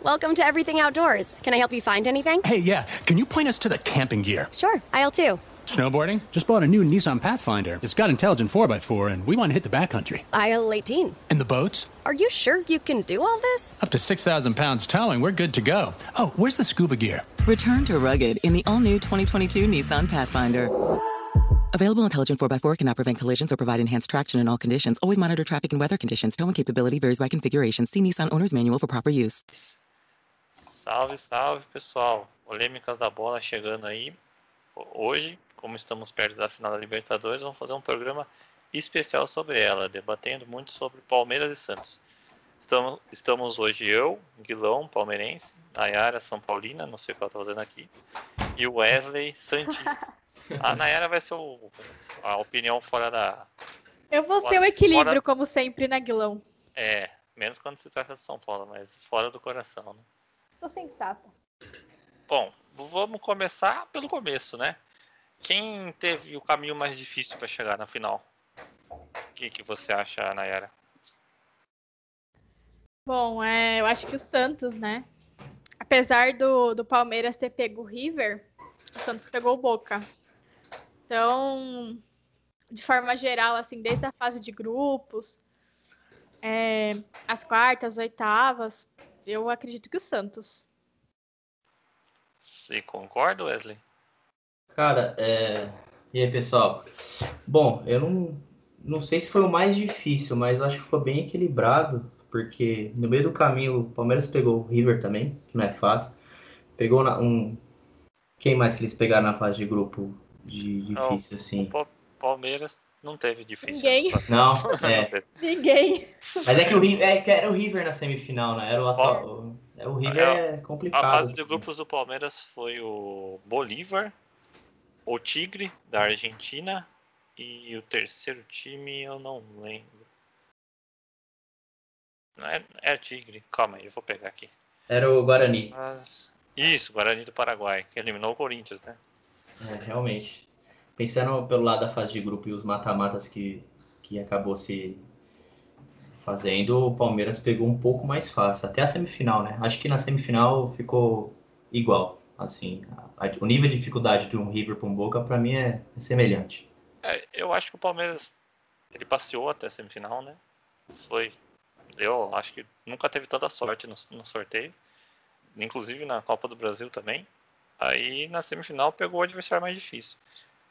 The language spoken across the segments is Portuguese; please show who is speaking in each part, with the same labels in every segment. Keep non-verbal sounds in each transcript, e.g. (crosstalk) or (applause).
Speaker 1: Welcome to Everything Outdoors. Can I help you find anything?
Speaker 2: Hey, yeah, can you point us to the camping gear?
Speaker 1: Sure, aisle two.
Speaker 2: Snowboarding? Just bought a new Nissan Pathfinder. It's got intelligent 4x4, and we want to hit the backcountry.
Speaker 1: Aisle 18.
Speaker 2: And the boats?
Speaker 1: Are you sure you can do all this?
Speaker 2: Up to 6,000 pounds towing, we're good to go. Oh, where's the scuba gear?
Speaker 3: Return to rugged in the all-new 2022 Nissan Pathfinder. Available intelligent 4x4 cannot prevent collisions or provide enhanced traction in all conditions. Always monitor traffic and weather conditions. Towing capability varies by configuration. See Nissan Owner's Manual for proper use.
Speaker 4: Salve, salve pessoal! Polêmicas da bola chegando aí. Hoje, como estamos perto da final da Libertadores, vamos fazer um programa especial sobre ela, debatendo muito sobre Palmeiras e Santos. Estamos, estamos hoje eu, Guilão, palmeirense, Nayara, São Paulina, não sei o que ela está fazendo aqui, e o Wesley, Santista. A Nayara vai ser o- a opinião fora da.
Speaker 5: Eu vou ser o
Speaker 4: Fora-
Speaker 5: equilíbrio,
Speaker 4: fora-
Speaker 5: como sempre, na Guilão.
Speaker 4: É, menos quando se trata de São Paulo, mas fora do coração, né?
Speaker 5: Sou sensata.
Speaker 4: Bom, vamos começar pelo começo, né? Quem teve o caminho mais difícil para chegar na final? O que, que você acha, Nayara?
Speaker 5: Bom, é, eu acho que o Santos, né? Apesar do, do Palmeiras ter pego o River, o Santos pegou o Boca. Então, de forma geral, assim, desde a fase de grupos, é, as quartas, oitavas, eu acredito que o Santos.
Speaker 4: Você concorda, Wesley?
Speaker 6: Cara, é... e aí, pessoal? Bom, eu não, não sei se foi o mais difícil, mas eu acho que ficou bem equilibrado, porque no meio do caminho o Palmeiras pegou o River também, que não é fácil. Pegou na- um. Quem mais que eles pegaram na fase de grupo de
Speaker 4: Não,
Speaker 6: difícil, assim?
Speaker 4: Pa- Palmeiras não teve difícil. né?
Speaker 5: Ninguém. (laughs)
Speaker 6: Não,
Speaker 4: (laughs) Não
Speaker 6: é.
Speaker 4: teve.
Speaker 5: Ninguém.
Speaker 6: Mas é que o River, é que era o River na semifinal, né? Era o atual. o- é, O River
Speaker 4: É,
Speaker 6: é
Speaker 4: A
Speaker 6: complicado.
Speaker 4: fase de grupos do Palmeiras foi o Bolívar, o Tigre da Argentina e o terceiro time eu não lembro. Não é, é Tigre, calma aí, eu vou pegar aqui.
Speaker 6: Era o Guarani.
Speaker 4: Mas- Isso, Guarani do Paraguai, que eliminou o Corinthians, né?
Speaker 6: É, realmente. Pensando pelo lado da fase de grupo e os mata-matas que, que acabou se, se fazendo, o Palmeiras pegou um pouco mais fácil, até a semifinal, né? Acho que na semifinal ficou igual, assim, a- a- o nível de dificuldade de um River para um Boca para mim é, é semelhante.
Speaker 4: É, eu acho que o Palmeiras ele passeou até a semifinal, né? Foi. Eu acho que nunca teve tanta sorte no, no sorteio. Inclusive na Copa do Brasil também. Aí na semifinal pegou o adversário mais difícil.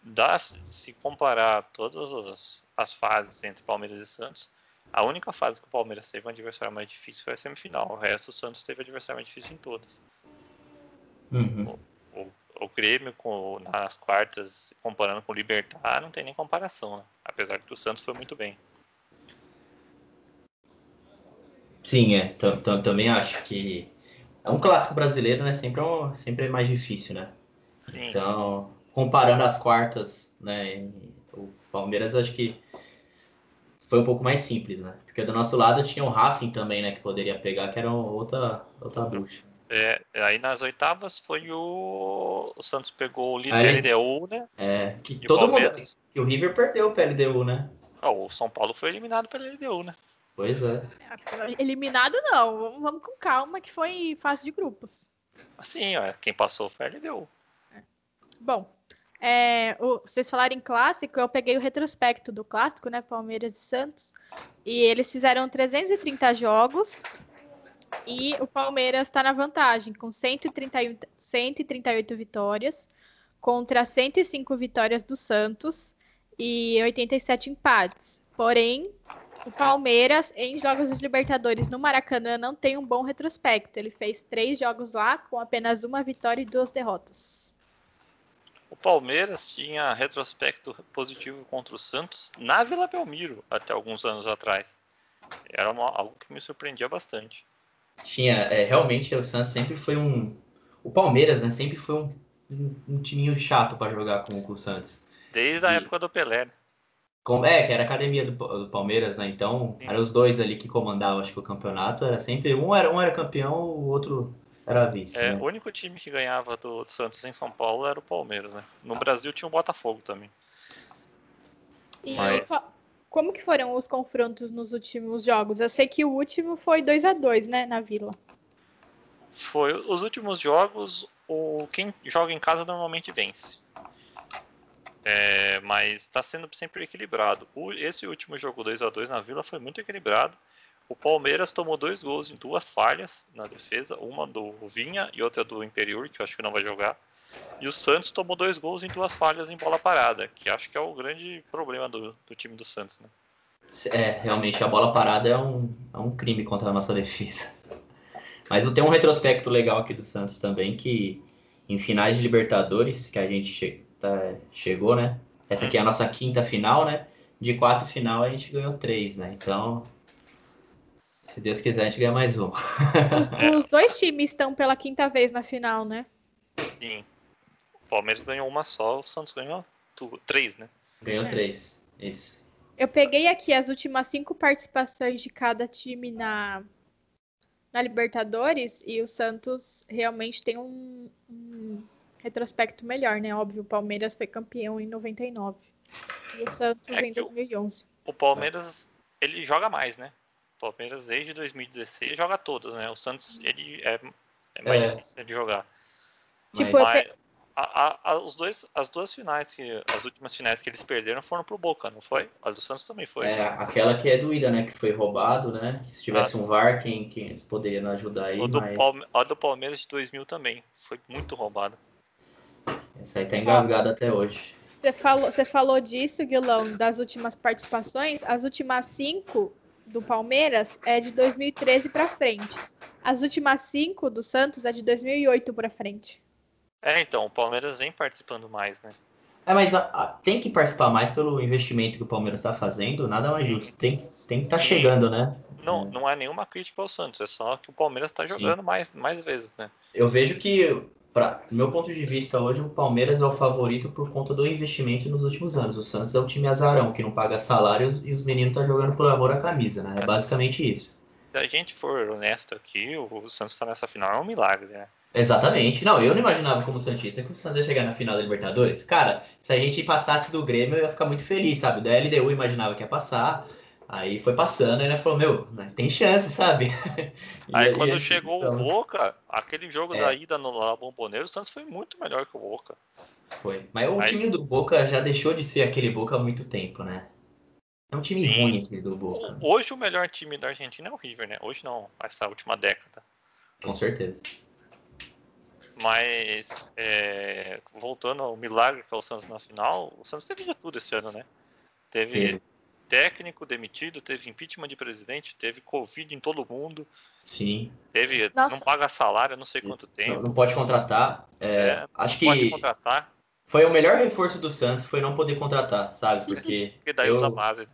Speaker 4: Dá, se comparar todas as, as fases entre Palmeiras e Santos, a única fase que o Palmeiras teve um adversário mais difícil foi a semifinal. O resto, o Santos teve adversário mais difícil em todas.
Speaker 6: Uhum.
Speaker 4: o, o Grêmio com, nas quartas, comparando com o Libertar, não tem nem comparação, né? Apesar que o Santos foi muito bem.
Speaker 6: Sim, é. tam- tam- Também acho que é um clássico brasileiro, né? Sempre é, um- sempre é mais difícil, né?
Speaker 4: Sim,
Speaker 6: Então, comparando as quartas, né, e o Palmeiras acho que foi um pouco mais simples, né? Porque do nosso lado tinha o Racing também, né, que poderia pegar, que era outra outra bucha.
Speaker 4: é, aí nas oitavas foi o. O Santos pegou o
Speaker 6: Aí-
Speaker 4: líder LDU, né?
Speaker 6: É, que
Speaker 4: E o
Speaker 6: todo mundo,
Speaker 4: Palmeiras.
Speaker 6: que o River perdeu para LDU, né?
Speaker 4: Ah, o São Paulo foi eliminado pela LDU, né?
Speaker 6: Pois é.
Speaker 5: Eliminado, não. Vamos, vamos com calma, que foi fase de grupos.
Speaker 4: Assim, ó, quem passou foi a LDU.
Speaker 5: Bom, é, o- vocês falaram em clássico, eu peguei o retrospecto do clássico, né? Palmeiras e Santos. E eles fizeram 330 jogos. E o Palmeiras está na vantagem, com 131, 138 vitórias, contra 105 vitórias do Santos e 87 empates. Porém, o Palmeiras, em jogos de Libertadores no Maracanã, não tem um bom retrospecto. Ele fez três jogos lá, com apenas uma vitória e duas derrotas.
Speaker 4: O Palmeiras tinha retrospecto positivo contra o Santos na Vila Belmiro, até alguns anos atrás. Era uma- algo que me surpreendia bastante.
Speaker 6: Tinha, é, realmente o Santos sempre foi um o Palmeiras, né, sempre foi um, um, um timinho chato para jogar com, com o Santos.
Speaker 4: Desde a
Speaker 6: E-
Speaker 4: época do Pelé, né?
Speaker 6: Como- é, que era a academia do, Pa- do Palmeiras, né? Então,
Speaker 4: Sim.
Speaker 6: eram os dois ali que comandavam, acho que o campeonato era sempre. Um era, um era campeão, o outro era vice,
Speaker 4: É,
Speaker 6: né?
Speaker 4: o único time que ganhava do, do Santos em São Paulo era o Palmeiras, né? No Brasil tinha o Botafogo também.
Speaker 5: E
Speaker 4: Mas-
Speaker 5: fa- como que foram os confrontos nos últimos jogos? Eu sei que o último foi 2 a 2 né, na Vila.
Speaker 4: Foi os últimos jogos, o quem joga em casa normalmente vence. É, mas está sendo sempre equilibrado. O- esse último jogo 2 a 2 na Vila foi muito equilibrado. O Palmeiras tomou dois gols em duas falhas na defesa, uma do Vinha e outra do Imperiur, que eu acho que não vai jogar. E o Santos tomou dois gols em duas falhas em bola parada, que acho que é o grande problema do, do time do Santos, né?
Speaker 6: É, realmente, a bola parada é um, é um crime contra a nossa (laughs) defesa. Mas eu tenho um retrospecto legal aqui do Santos também, que em finais de Libertadores, que a gente che- tá- chegou, né? Essa aqui é a nossa quinta final, né? De quatro final, a gente ganhou três, né? Então, se Deus quiser, a gente ganha mais um.
Speaker 4: É.
Speaker 5: Os, os dois times estão pela quinta vez na final, né?
Speaker 4: Sim. O Palmeiras ganhou uma só, o Santos ganhou tu- três, né?
Speaker 6: Ganhou
Speaker 5: É.
Speaker 6: três. Isso.
Speaker 5: Eu peguei aqui as últimas cinco participações de cada time na, na Libertadores e o Santos realmente tem um, um retrospecto melhor, né? Óbvio, o Palmeiras foi campeão em 99 e o Santos
Speaker 4: É
Speaker 5: em
Speaker 4: que o-
Speaker 5: 2011.
Speaker 4: O Palmeiras, ele joga mais, né? O Palmeiras, desde 2016, joga todos, né? O Santos, ele é, é mais
Speaker 6: É.
Speaker 4: difícil de jogar.
Speaker 5: Tipo, eu
Speaker 6: Mas-
Speaker 4: Mas a- a- a- os dois, as duas finais, que, as últimas finais que eles perderam foram pro Boca, não foi? A do Santos também foi.
Speaker 6: É, aquela que é doída, né? Que foi roubado, né? Se tivesse um VAR, quem, quem eles poderiam ajudar aí,
Speaker 4: Ah. O do
Speaker 6: mas
Speaker 4: Palme- a do Palmeiras de 2000 também. Foi muito roubada.
Speaker 6: essa aí tá engasgada até hoje.
Speaker 5: Você falou, você falou disso, Guilão, das últimas participações. As últimas cinco do Palmeiras é de 2013 pra frente. As últimas cinco do Santos é de 2008 pra frente.
Speaker 4: É, então, o Palmeiras vem participando mais, né?
Speaker 6: É, mas a- a- tem que participar mais pelo investimento que o Palmeiras tá fazendo, nada mais justo. Tem, tem que estar tá
Speaker 4: Sim.
Speaker 6: chegando, né?
Speaker 4: Não, não é nenhuma crítica ao Santos, é só que o Palmeiras tá jogando mais, mais vezes, né?
Speaker 6: Eu vejo que, pra, do meu ponto de vista hoje, o Palmeiras é o favorito por conta do investimento nos últimos anos. O Santos é um time azarão, que não paga salários e os meninos tá jogando por amor à camisa, né? É basicamente isso.
Speaker 4: Se a gente for honesto aqui, o o Santos tá nessa final, é um milagre, né?
Speaker 6: Exatamente. Não, eu não imaginava como Santista que o Santos ia chegar na final da Libertadores. Cara, se a gente passasse do Grêmio, eu ia ficar muito feliz, sabe? Da LDU eu imaginava que ia passar. Aí foi passando, aí né, falou, meu, né, tem chance, sabe? (laughs) E-
Speaker 4: Aí
Speaker 6: e
Speaker 4: quando
Speaker 6: assim,
Speaker 4: chegou o
Speaker 6: então,
Speaker 4: Boca, aquele jogo
Speaker 6: É.
Speaker 4: da ida no La Bombonera, o Santos foi muito melhor que o Boca.
Speaker 6: Foi. Mas o
Speaker 4: Aí-
Speaker 6: time do Boca já deixou de ser aquele Boca há muito tempo, né? É um time
Speaker 4: Sim.
Speaker 6: ruim aquele do Boca,
Speaker 4: O- Hoje o melhor time da Argentina é o River, né? Hoje não, essa última década.
Speaker 6: com certeza.
Speaker 4: Mas é, voltando ao milagre que é o Santos na final, o Santos teve de tudo esse ano, né? Teve
Speaker 6: Sim.
Speaker 4: técnico demitido, teve impeachment de presidente, teve Covid em todo mundo,
Speaker 6: Sim.
Speaker 4: teve
Speaker 5: Nossa.
Speaker 4: não paga salário há não sei quanto
Speaker 6: Não,
Speaker 4: tempo,
Speaker 6: não pode contratar. É,
Speaker 4: É,
Speaker 6: acho
Speaker 4: pode
Speaker 6: que
Speaker 4: contratar,
Speaker 6: foi o melhor reforço do Santos, foi não poder contratar, sabe? Porque.
Speaker 4: porque daí
Speaker 6: eu-
Speaker 4: usa a base, né?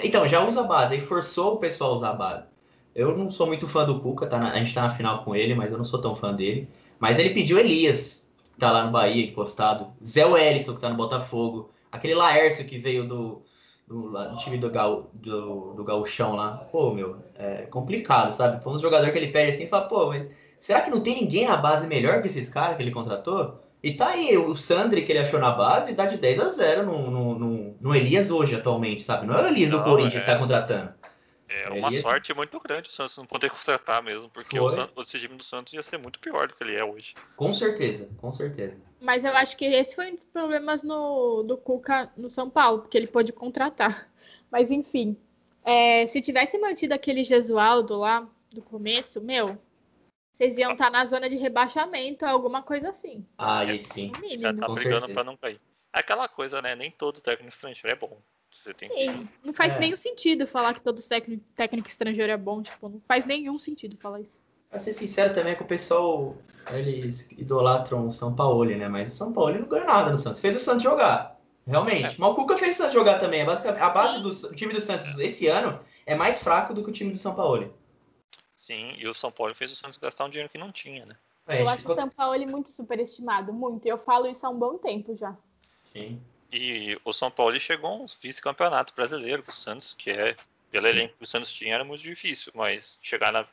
Speaker 6: Então, já usa a base, aí forçou o pessoal a usar a base. Eu não sou muito fã do Cuca, tá na- a gente tá na final com ele, mas eu não sou tão fã dele. Mas ele pediu Elias, que tá lá no Bahia, encostado. Zé Wellison, que tá no Botafogo. Aquele Laércio que veio do, do, lá- do time do, Gaú, do, do Gaúchão lá. Pô, meu, é complicado, sabe? Foi um jogador que ele pede assim e fala, pô, mas será que não tem ninguém na base melhor que esses caras que ele contratou? E tá aí, o Sandri que ele achou na base dá de 10 a 0 no, no, no, no Elias hoje, atualmente, sabe? Não é o Elias
Speaker 4: Não,
Speaker 6: do Corinthians que
Speaker 4: é.
Speaker 6: tá contratando.
Speaker 4: É uma
Speaker 6: Elias-
Speaker 4: sorte muito grande o Santos não poder (laughs) contratar mesmo, porque o
Speaker 6: Foi.
Speaker 4: San- esse time do Santos ia ser muito pior do que ele é hoje.
Speaker 6: Com certeza, com certeza.
Speaker 5: Mas eu acho que esse foi um dos problemas no, do Cuca no São Paulo, porque ele pôde contratar. Mas enfim, é, se tivesse mantido aquele Jesualdo lá do começo, meu, vocês iam estar na zona de rebaixamento, alguma coisa assim.
Speaker 6: Ah, e sim.
Speaker 5: No
Speaker 4: Já
Speaker 5: mínimo.
Speaker 4: tá
Speaker 6: Com
Speaker 4: brigando
Speaker 6: certeza.
Speaker 4: pra não cair. Aquela coisa, né? Nem todo técnico estrangeiro é bom. Você tem que-
Speaker 5: Sim, não faz
Speaker 6: É.
Speaker 5: nenhum sentido falar que todo técnico, técnico estrangeiro é bom, tipo, não faz nenhum sentido falar isso.
Speaker 6: Pra ser sincero também é que o pessoal, eles idolatram o São Paulo, né? Mas o São Paulo não ganhou nada no Santos. Fez o Santos jogar, realmente. Mas o Cuca fez o Santos jogar também. É basicamente, a base do Sa- time do Santos esse ano é mais fraco do que o time do São Paulo.
Speaker 4: Sim, e o São Paulo fez o Santos gastar um dinheiro que não tinha, né?
Speaker 6: É,
Speaker 5: eu
Speaker 6: a
Speaker 5: acho
Speaker 6: gente ficou-
Speaker 5: o São Paulo muito superestimado, muito. E eu falo isso há um bom tempo já.
Speaker 6: Sim.
Speaker 4: E o São Paulo ele chegou a um vice-campeonato brasileiro com o Santos, que é, pelo
Speaker 6: Sim.
Speaker 4: elenco que o Santos tinha, era muito difícil. Mas chegar na,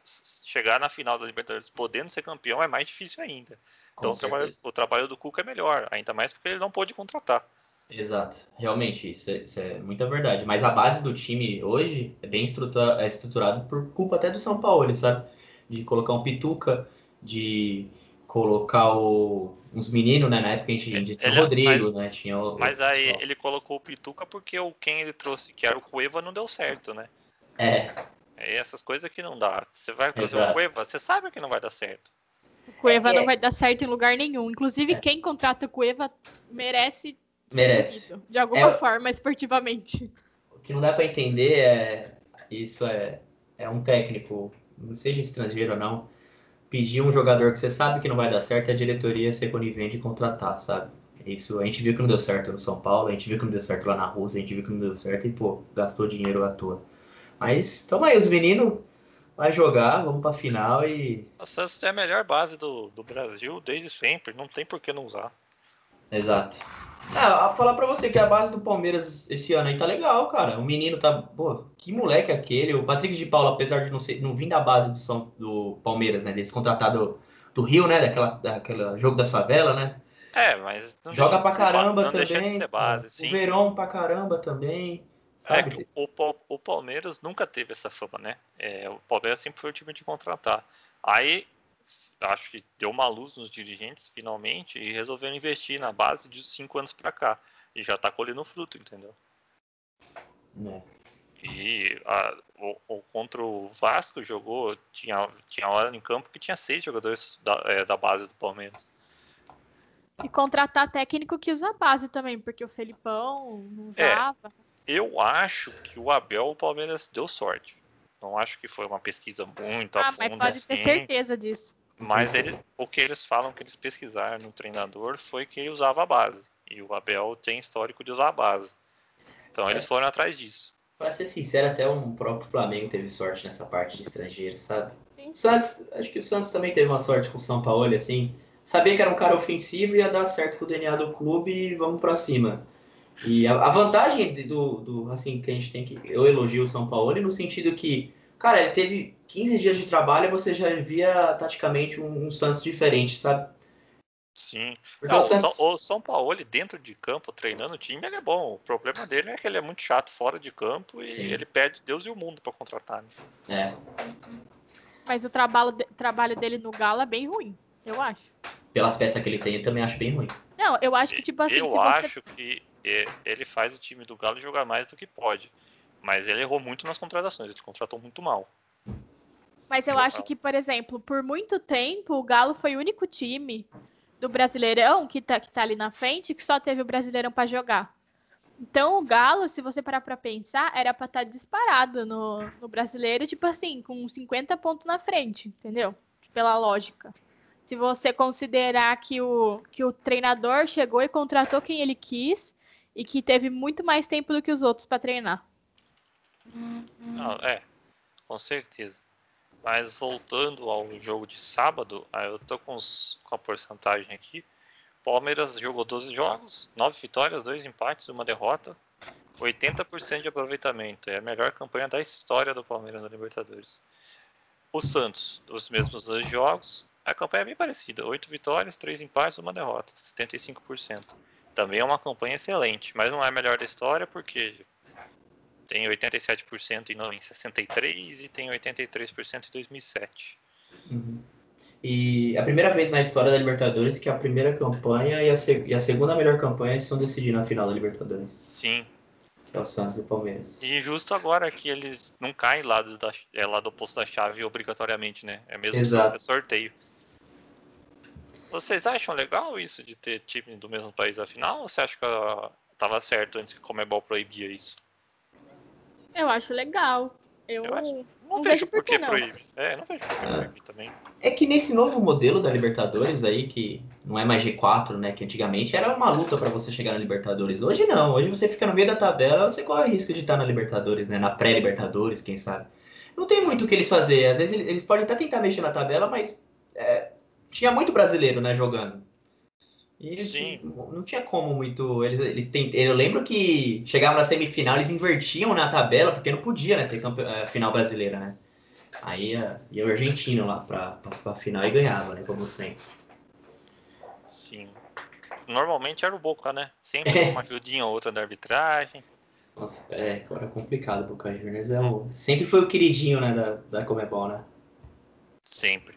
Speaker 4: chegar na final da Libertadores podendo ser campeão é mais difícil ainda.
Speaker 6: Com
Speaker 4: Então o trabalho,
Speaker 6: certeza.
Speaker 4: o trabalho do Cuca é melhor, ainda mais porque ele não pôde contratar.
Speaker 6: Exato, realmente, isso é, isso é muita verdade. Mas a base do time hoje é bem estrutura, é estruturado por culpa até do São Paulo, sabe? De colocar um Pituca, de colocar o- uns meninos, né? Na época a gente, a gente tinha o
Speaker 4: É, Ele-
Speaker 6: Rodrigo, né? Tinha o,
Speaker 4: Mas
Speaker 6: o
Speaker 4: aí
Speaker 6: pessoal.
Speaker 4: ele colocou o Pituca porque o quem ele trouxe, que era o Cueva, não deu certo, né?
Speaker 6: É,
Speaker 4: É essas coisas que não dá. Você vai trazer o
Speaker 6: Exato.
Speaker 4: Cueva, você sabe que não vai dar certo.
Speaker 5: O Cueva
Speaker 6: É.
Speaker 5: não vai dar certo em lugar nenhum. Inclusive,
Speaker 6: É.
Speaker 5: quem contrata o Cueva merece ser
Speaker 6: merece.
Speaker 5: punido, de alguma
Speaker 6: É.
Speaker 5: forma, esportivamente.
Speaker 6: O que não dá pra entender é isso é, é um técnico, não seja estrangeiro ou não, pedir um jogador que você sabe que não vai dar certo e a diretoria ser conivente e contratar, sabe? Isso a gente viu que não deu certo no São Paulo, a gente viu que não deu certo lá na Rússia, a gente viu que não deu certo e pô, gastou dinheiro à toa. Mas toma aí os meninos, vai jogar, vamos pra final e
Speaker 4: O Santos é a melhor base do, do Brasil desde sempre, não tem por que não usar.
Speaker 6: Exato. Ah, a falar pra você que a base do Palmeiras esse ano aí tá legal, cara. O menino tá. Pô, que moleque aquele. O Patrick de Paula, apesar de não, ser, não vir da base do, São, do Palmeiras, né? Desse contratado do Rio, né? Daquela, daquela jogo das favelas, né?
Speaker 4: É, mas. Não
Speaker 6: Joga
Speaker 4: deixa
Speaker 6: pra
Speaker 4: de ser ba-
Speaker 6: caramba
Speaker 4: não
Speaker 6: também.
Speaker 4: Deixa de ser base,
Speaker 6: o
Speaker 4: sim.
Speaker 6: Verón pra caramba também.
Speaker 4: É
Speaker 6: Sabe?
Speaker 4: que o, Pal- o Palmeiras nunca teve essa fama, né? É, o Palmeiras sempre foi o time de contratar. Aí, acho que deu uma luz nos dirigentes, finalmente, e resolveram investir na base de cinco anos pra cá. E já tá colhendo fruto, entendeu?
Speaker 6: Né.
Speaker 4: E a, o, o- contra o Vasco jogou, tinha, tinha hora em campo que tinha seis jogadores da, é, da base do Palmeiras.
Speaker 5: E contratar técnico que usa a base também, porque o Felipão não
Speaker 4: É.
Speaker 5: usava.
Speaker 4: Eu acho que o Abel, o Palmeiras deu sorte. Não acho que foi uma pesquisa muito a
Speaker 5: ah, mas
Speaker 4: fundo
Speaker 5: pode ter
Speaker 4: assim.
Speaker 5: certeza disso.
Speaker 4: Mas ele, o que eles falam que eles pesquisaram no treinador foi que ele usava a base. E o Abel tem histórico de usar a base. Então
Speaker 6: É.
Speaker 4: eles foram atrás disso.
Speaker 6: Pra ser sincero, até o próprio Flamengo teve sorte nessa parte de estrangeiro, sabe?
Speaker 5: Sim.
Speaker 6: O Santos, acho que o Santos também teve uma sorte com o São Paulo, assim. Sabia que era um cara ofensivo, ia dar certo com o DNA do clube e vamos pra cima. E a, a vantagem de- do, do, assim, que a gente tem que. Eu elogio o São Paulo no sentido que, cara, ele teve 15 dias de trabalho e você já via taticamente um, um Santos diferente, sabe?
Speaker 4: Sim.
Speaker 6: Porque
Speaker 4: Não, então,
Speaker 6: o
Speaker 4: o,
Speaker 6: Santos.
Speaker 4: São, o São Paulo, ele dentro de campo, treinando o time, ele é bom. O problema dele é que ele é muito chato fora de campo e
Speaker 6: Sim.
Speaker 4: ele perde Deus e o mundo pra contratar. né?
Speaker 6: É,
Speaker 5: Mas o trabalho, de- trabalho dele no Galo é bem ruim, eu acho.
Speaker 6: pelas peças que ele tem, eu também acho bem ruim.
Speaker 5: Não, eu acho que, tipo assim, se
Speaker 4: Eu
Speaker 5: você
Speaker 4: acho que é, ele faz o time do Galo jogar mais do que pode. Mas ele errou muito nas contratações, ele contratou muito mal.
Speaker 5: Mas eu
Speaker 4: Total.
Speaker 5: acho que, por exemplo, por muito tempo o Galo foi o único time do Brasileirão que tá, que tá ali na frente que só teve o Brasileirão pra jogar. Então o Galo, se você parar pra pensar, era pra estar disparado no, no Brasileiro, tipo assim, com 50 pontos na frente, entendeu? Pela lógica. Se você considerar que o, que o treinador chegou e contratou quem ele quis e que teve muito mais tempo do que os outros pra treinar.
Speaker 4: Não, é, com certeza. Mas voltando ao jogo de sábado, aí eu tô com, os- com a porcentagem aqui. Palmeiras jogou 12 jogos, 9 vitórias, 2 empates, 1 derrota. 80% de aproveitamento. É a melhor campanha da história do Palmeiras na Libertadores. O Santos, os mesmos dois jogos. A campanha é bem parecida. 8 vitórias, 3 empates, 1 derrota. 75%. Também é uma campanha excelente, mas não é a melhor da história porque tem 87% em, não, em 63 e tem 83% em 2007.
Speaker 6: Uhum. E a primeira vez na história da Libertadores que a primeira campanha e a, se- e a segunda melhor campanha estão decidindo a final da Libertadores,
Speaker 4: Sim.
Speaker 6: que é o Santos e o Palmeiras.
Speaker 4: E justo agora que eles não caem lado, da, é, lado oposto da chave obrigatoriamente, né? É mesmo
Speaker 6: Exato.
Speaker 4: é sorteio. Vocês acham legal isso de ter time do mesmo país afinal? Ou você acha que ah, tava certo antes que o Comebol proibia isso?
Speaker 5: Eu acho legal. Eu,
Speaker 4: Eu acho- Não,
Speaker 5: Não
Speaker 4: vejo
Speaker 5: vejo
Speaker 4: por
Speaker 5: por
Speaker 4: que
Speaker 5: que não.
Speaker 4: proíbe. É, não vejo por que
Speaker 6: Ah.
Speaker 4: proíbe também.
Speaker 6: É que nesse novo modelo da Libertadores aí, que não é mais G4, né? Que antigamente era uma luta pra você chegar na Libertadores. Hoje não, hoje você fica no meio da tabela, você corre risco de estar na Libertadores, né? Na pré-Libertadores, quem sabe. Não tem muito o que eles fazer. Às vezes ele- eles podem até tentar mexer na tabela, mas é, tinha muito brasileiro, né, jogando. E eles-
Speaker 4: Sim.
Speaker 6: não tinha como muito. Eles, eles tem- eu lembro que chegava na semifinal, eles invertiam na tabela, porque não podia, né, ter campe- eh, final brasileira, né? Aí ia, ia o argentino lá pra, pra, pra final e ganhava, né? Como sempre.
Speaker 4: Sim. Normalmente era o Boca, né? Sempre uma ajudinha ou outra da arbitragem.
Speaker 6: Nossa, é, agora é complicado, o Boca Juniors é o. Sempre foi o queridinho, né, da, da Comebol, né?
Speaker 4: Sempre.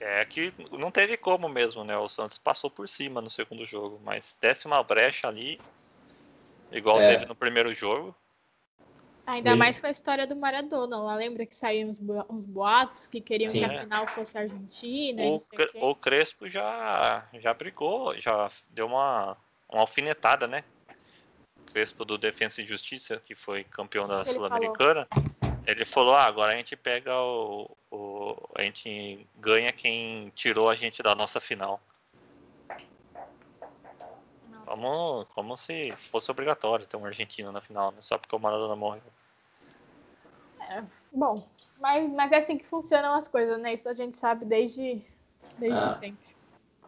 Speaker 4: É que não teve como mesmo, né? O Santos passou por cima no segundo jogo, mas desse uma brecha ali, igual
Speaker 6: É.
Speaker 4: teve no primeiro jogo.
Speaker 5: Ainda
Speaker 6: Ele-
Speaker 5: mais com a história do Maradona lá. Lembra que saíram uns, bo- uns boatos que queriam
Speaker 6: Sim.
Speaker 5: que a final fosse a Argentina e
Speaker 4: O,
Speaker 5: não sei o
Speaker 4: Cre-
Speaker 5: quê.
Speaker 4: o Crespo já, já brigou, já deu uma, uma alfinetada, né? O Crespo do Defensa e Justiça, que foi campeão da
Speaker 5: Ele falou.
Speaker 4: Sul-Americana, ele falou: ah, agora a gente pega o, o. A gente ganha quem tirou a gente da nossa final.
Speaker 5: Nossa.
Speaker 4: Como, como se fosse obrigatório ter um argentino na final, né? Só porque o Maradona morreu.
Speaker 5: É. Bom, mas, mas é assim que funcionam as coisas, né? Isso a gente sabe desde, desde
Speaker 6: Ah.
Speaker 5: sempre.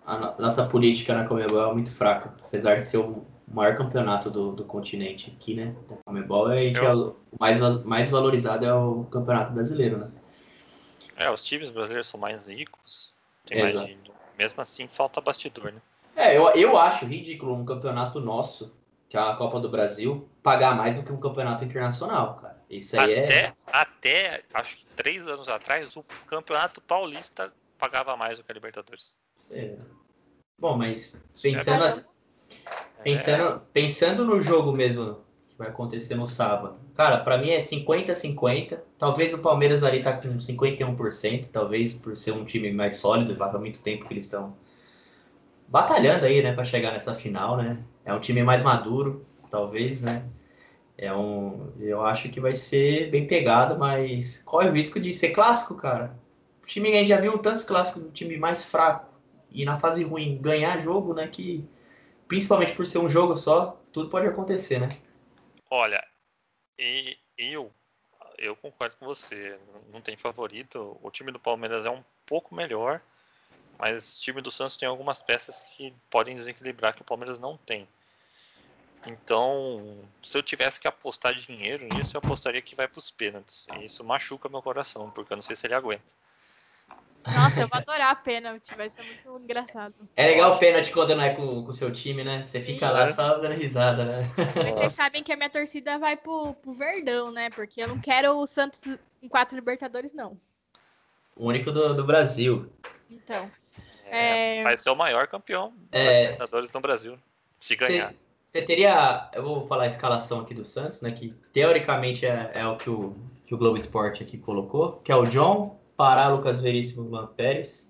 Speaker 6: A no- nossa política na Comebol é muito fraca. Apesar de ser o maior campeonato do, do continente aqui, né? Da Comebol é,
Speaker 4: Sim.
Speaker 6: que é o o mais, va- mais valorizado é o campeonato brasileiro, né?
Speaker 4: É, os times brasileiros são mais ricos, tem mais
Speaker 6: Exato.
Speaker 4: dinheiro. Mesmo assim, falta bastidor, né?
Speaker 6: É, eu, eu acho ridículo um campeonato nosso, que é a Copa do Brasil, pagar mais do que um campeonato internacional, cara. Isso aí
Speaker 4: até,
Speaker 6: é.
Speaker 4: até, acho que três anos atrás, o Campeonato Paulista pagava mais do que a Libertadores.
Speaker 6: é. Bom, mas pensando,
Speaker 5: É.
Speaker 6: as- pensando, pensando no jogo mesmo que vai acontecer no sábado, cara, pra mim é 50-50. Talvez o Palmeiras ali tá com 51%, talvez por ser um time mais sólido, vai há muito tempo que eles estão batalhando aí, né, pra chegar nessa final, né? É um time mais maduro, talvez, né? É um, eu acho que vai ser bem pegado, mas corre o risco de ser clássico, cara. O time aí já viu tantos clássicos do time mais fraco e na fase ruim ganhar jogo, né? Que principalmente por ser um jogo só, tudo pode acontecer, né?
Speaker 4: Olha, e eu, eu concordo com você. Não tem favorito. O time do Palmeiras é um pouco melhor, mas o time do Santos tem algumas peças que podem desequilibrar que o Palmeiras não tem. Então, se eu tivesse que apostar dinheiro nisso, eu apostaria que vai para os pênaltis. E isso machuca meu coração, porque eu não sei se ele aguenta.
Speaker 5: Nossa, eu vou adorar a pênalti, vai ser muito engraçado.
Speaker 6: É legal o pênalti quando não é com o seu time, né? Você fica lá
Speaker 4: Sim.
Speaker 6: só dando risada, né?
Speaker 5: Mas vocês
Speaker 4: Nossa.
Speaker 5: sabem que a minha torcida vai pro, pro Verdão, né? Porque eu não quero o Santos em quatro Libertadores, não.
Speaker 6: (laughs) O único do, do Brasil.
Speaker 5: Então, É.
Speaker 4: Vai ser o maior campeão da
Speaker 6: É.
Speaker 4: Libertadores no Brasil, se ganhar.
Speaker 6: Você, você teria. Eu vou falar a escalação aqui do Santos, né? Que teoricamente é, é o que o que o Globo Esporte aqui colocou, que é o John, Pará, Lucas Veríssimo, Luan Pérez,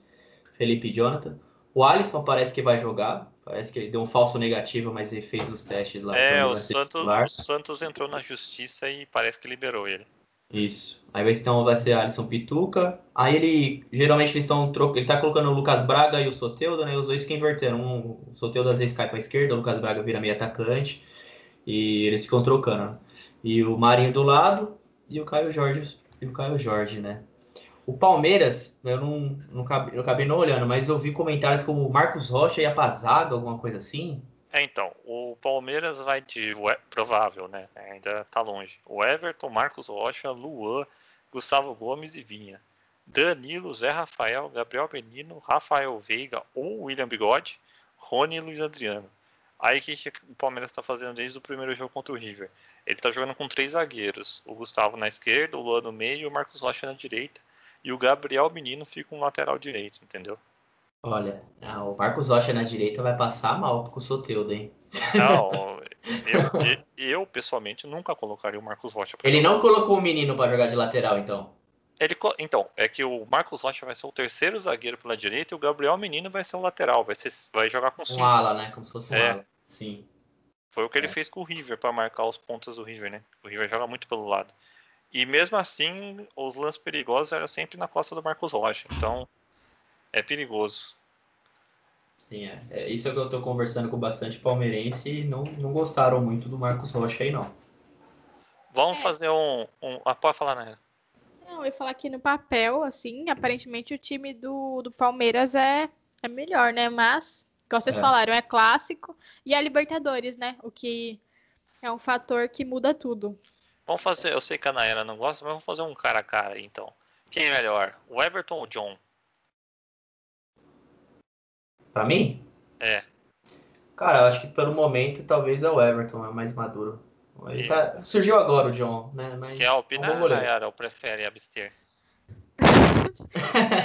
Speaker 6: Felipe e Jonathan. O Alisson parece que vai jogar. Parece que ele deu um falso negativo, mas ele fez os testes lá.
Speaker 4: É,
Speaker 6: então
Speaker 4: o
Speaker 6: vai ser
Speaker 4: Santos,
Speaker 6: titular.
Speaker 4: o Santos entrou na justiça e parece que liberou ele.
Speaker 6: Isso. Aí vai, então, vai ser Alisson Pituca. Aí ele. Geralmente eles estão. Tro... Ele tá colocando o Lucas Braga e o Soteldo, né? E os dois que inverteram. Um, o Soteldo às vezes cai pra esquerda, o Lucas Braga vira meio atacante. E eles ficam trocando. né? E o Marinho do lado e o Caio Jorge. E o Caio Jorge, né? O Palmeiras, eu não, não, cabe, eu acabei não olhando, mas eu vi comentários como o Marcos Rocha e a Pazaga, alguma coisa assim.
Speaker 4: É, então, o Palmeiras vai de. Ué- Provável, né? Ainda tá longe. O Everton, Marcos Rocha, Luan, Gustavo Gomes e Vinha. Danilo, Zé Rafael, Gabriel Benino, Rafael Veiga ou William Bigode, Rony e Luiz Adriano. Aí o que que o Palmeiras está fazendo desde o primeiro jogo contra o River? Ele tá jogando com três zagueiros: o Gustavo na esquerda, o Luan no meio e o Marcos Rocha na direita. E o Gabriel Menino fica um lateral direito, entendeu?
Speaker 6: Olha, ah, o Marcos Rocha na direita vai passar mal com o Soteldo, hein? (laughs)
Speaker 4: Não, eu, eu, pessoalmente nunca colocaria o Marcos Rocha. pra
Speaker 6: Ele
Speaker 4: jogar.
Speaker 6: não colocou o menino pra jogar de lateral, então.
Speaker 4: Ele co- então, é que o Marcos Rocha vai ser o terceiro zagueiro pela direita e o Gabriel Menino vai ser o lateral, vai, ser, vai jogar com
Speaker 6: Um
Speaker 4: cinco.
Speaker 6: ala, né? Como se fosse um
Speaker 4: É.
Speaker 6: ala. Sim.
Speaker 4: Foi o que ele fez com o River para marcar os pontas do River, né? O River joga muito pelo lado. E mesmo assim, os lances perigosos eram sempre na costa do Marcos Rocha. Então, é perigoso.
Speaker 6: Sim, é. É, Isso é que eu tô conversando com bastante palmeirense e não, não gostaram muito do Marcos Rocha aí, não.
Speaker 4: Vamos
Speaker 5: É.
Speaker 4: fazer um, um. Ah, pode falar, né?
Speaker 5: não, eu ia falar que no papel, assim, aparentemente o time do, do Palmeiras é, é melhor, né? Mas, como vocês
Speaker 6: É.
Speaker 5: falaram, é clássico e é Libertadores, né? O que é um fator que
Speaker 4: (laughs)
Speaker 5: muda tudo.
Speaker 4: Vamos fazer. Eu sei que a Naira não gosta, mas vamos fazer um cara a cara aí, então. Quem é melhor? O Everton ou o John?
Speaker 6: Pra mim?
Speaker 4: É.
Speaker 6: Cara, eu acho que pelo momento talvez é o Everton, é o mais maduro. Ele tá- Surgiu agora o John, né? Mas
Speaker 4: Quer
Speaker 6: é um
Speaker 4: opinar,
Speaker 6: bom goleiro.
Speaker 4: Nayara, ou prefere abster?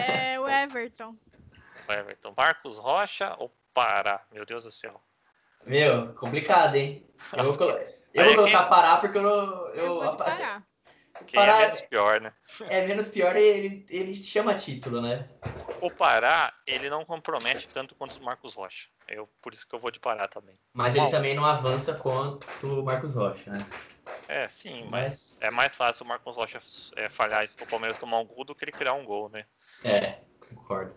Speaker 5: É o Everton.
Speaker 4: o Everton. Marcos Rocha ou Pará? Meu Deus do céu.
Speaker 6: (laughs) Meu, complicado, hein? Eu vou, colo- eu
Speaker 4: Olha
Speaker 6: vou
Speaker 4: aqui.
Speaker 6: colocar Pará porque eu não. Eu,
Speaker 5: Eu vou de
Speaker 6: assim,
Speaker 5: parar.
Speaker 4: Quem é
Speaker 6: Pará
Speaker 4: menos pior, né?
Speaker 6: é menos pior e ele, ele chama título, né?
Speaker 4: O Pará, ele não compromete tanto quanto o Marcos Rocha. Eu, por isso que eu vou de Pará também.
Speaker 6: Mas
Speaker 4: Bom.
Speaker 6: ele também não avança quanto o Marcos Rocha, né?
Speaker 4: É, sim, mas
Speaker 6: Mas.
Speaker 4: é mais fácil o Marcos Rocha é, falhar o Palmeiras tomar um gol do que ele criar um gol, né?
Speaker 6: É, concordo.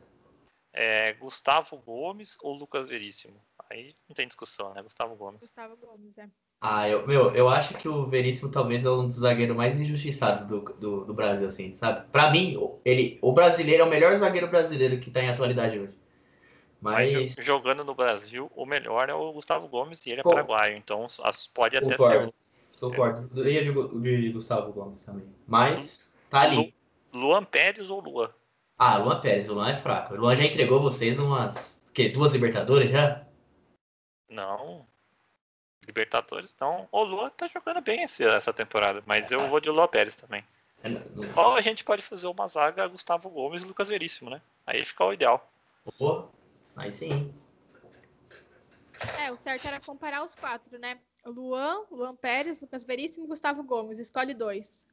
Speaker 4: É, Gustavo Gomes ou Lucas Veríssimo? Aí não tem discussão, né? Gustavo Gomes.
Speaker 5: Gustavo Gomes, é.
Speaker 6: Ah, eu, meu, eu acho que o Veríssimo talvez é um dos zagueiros mais injustiçados do, do, do Brasil, assim, sabe? Pra mim, o- ele, o brasileiro é o melhor zagueiro brasileiro que tá em atualidade hoje.
Speaker 4: Mas jo-
Speaker 6: Mas,
Speaker 4: jogando no Brasil, o melhor é o Gustavo Gomes e ele é
Speaker 6: Bom.
Speaker 4: paraguaio, então as- pode até ser.
Speaker 6: concordo, concordo. Eu ia de, Gu- de Gustavo Gomes também. Mas, tá
Speaker 4: Lu-
Speaker 6: ali.
Speaker 4: Luan Pérez ou Lua?
Speaker 6: Ah, Luan Pérez, o Luan é fraco. O Luan já entregou vocês umas, que, duas Libertadores já?
Speaker 4: Não. Libertadores não. O Lua tá jogando bem esse- essa temporada, mas eu vou de Lua Pérez também.
Speaker 6: É, não- não-
Speaker 4: Ou a gente pode fazer uma zaga Gustavo Gomes e Lucas Veríssimo, né? Aí fica o ideal.
Speaker 6: Pô, aí sim.
Speaker 5: É, o certo era comparar os quatro, né? Luan, Luan Pérez, Lucas Veríssimo e Gustavo Gomes. Escolhe dois.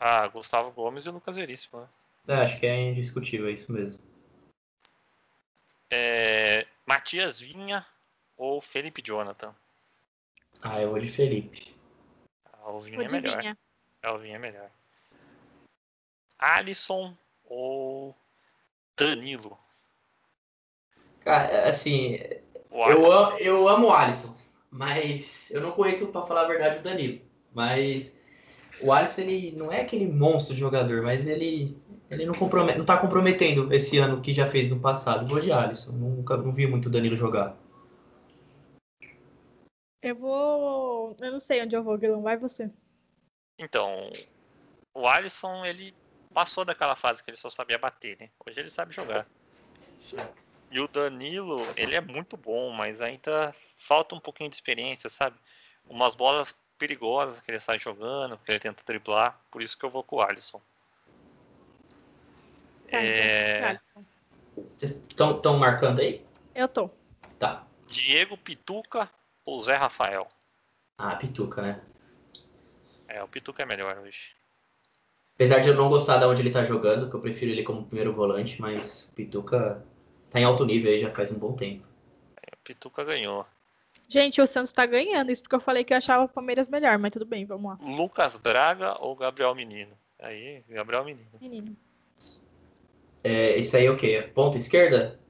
Speaker 4: Ah, Gustavo Gomes e Lucas Veríssimo, né?
Speaker 6: É, acho que é indiscutível, é isso mesmo.
Speaker 4: É, Matias Vinha ou Felipe Jonathan?
Speaker 6: Ah, eu vou de Felipe.
Speaker 4: Ah, o Vinha
Speaker 5: Vou
Speaker 4: é
Speaker 5: de
Speaker 4: melhor.
Speaker 5: Vinha.
Speaker 4: É, o Vinha é melhor. Alisson ou Danilo?
Speaker 6: Cara, assim,
Speaker 4: O
Speaker 6: Eu,
Speaker 4: Alisson-
Speaker 6: am- eu amo o Alisson, mas eu não conheço, pra falar a verdade, o Danilo. Mas o Alisson, ele não é aquele monstro de jogador, mas ele, ele não, compromete, não tá comprometendo esse ano que já fez no passado. Vou de Alisson, nunca não vi muito o Danilo jogar.
Speaker 5: Eu vou. Eu não sei onde eu vou, Guilherme. Vai você.
Speaker 4: Então, o Alisson, ele passou daquela fase que ele só sabia bater, né? Hoje ele sabe jogar. E o Danilo, ele é muito bom, mas ainda falta um pouquinho de experiência, sabe? Umas bolas perigosas que ele sai jogando, que ele tenta driblar. Por isso que eu vou com o Alisson.
Speaker 5: Tá,
Speaker 4: É,
Speaker 5: então, Alisson.
Speaker 6: Vocês estão marcando aí?
Speaker 5: Eu tô.
Speaker 6: Tá.
Speaker 4: Diego Pituca ou Zé Rafael?
Speaker 6: Ah, Pituca, né?
Speaker 4: É, o Pituca é melhor hoje.
Speaker 6: Apesar de eu não gostar de onde ele tá jogando, que eu prefiro ele como primeiro volante, mas Pituca tá em alto nível aí já faz um bom tempo.
Speaker 4: O Pituca ganhou.
Speaker 5: Gente, o Santos tá ganhando. Isso porque eu falei que eu achava o Palmeiras melhor, mas tudo bem, vamos lá.
Speaker 4: Lucas Braga ou Gabriel Menino? Aí, Gabriel Menino.
Speaker 5: Menino.
Speaker 6: É, isso aí é o quê? É Ponta esquerda?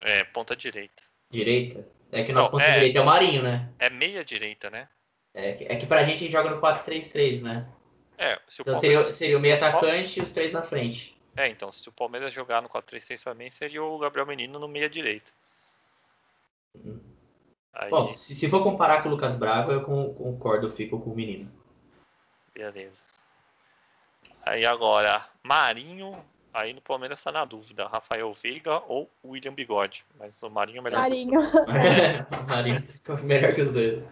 Speaker 4: É, ponta direita.
Speaker 6: Direita? É que nosso
Speaker 4: Não,
Speaker 6: ponta
Speaker 4: é-
Speaker 6: direita é o Marinho, né?
Speaker 4: É meia direita, né?
Speaker 6: É que, é que pra gente a gente joga no 4-3-3, né?
Speaker 4: É, se o
Speaker 6: Então seria,
Speaker 4: Palmeiras...
Speaker 6: seria o meio atacante e os três na frente.
Speaker 4: é, então, se o Palmeiras jogar no 4-3-3 também, seria o Gabriel Menino no meia direita. Aí,
Speaker 6: Bom, se, se for comparar com o Lucas Braga, eu con- concordo, eu fico com o menino. (laughs)
Speaker 4: beleza. Aí agora, Marinho, aí no Palmeiras tá na dúvida, Rafael Veiga ou William Bigode. Mas o Marinho é melhor.
Speaker 5: Marinho.
Speaker 6: Marinho ficou melhor que os dois.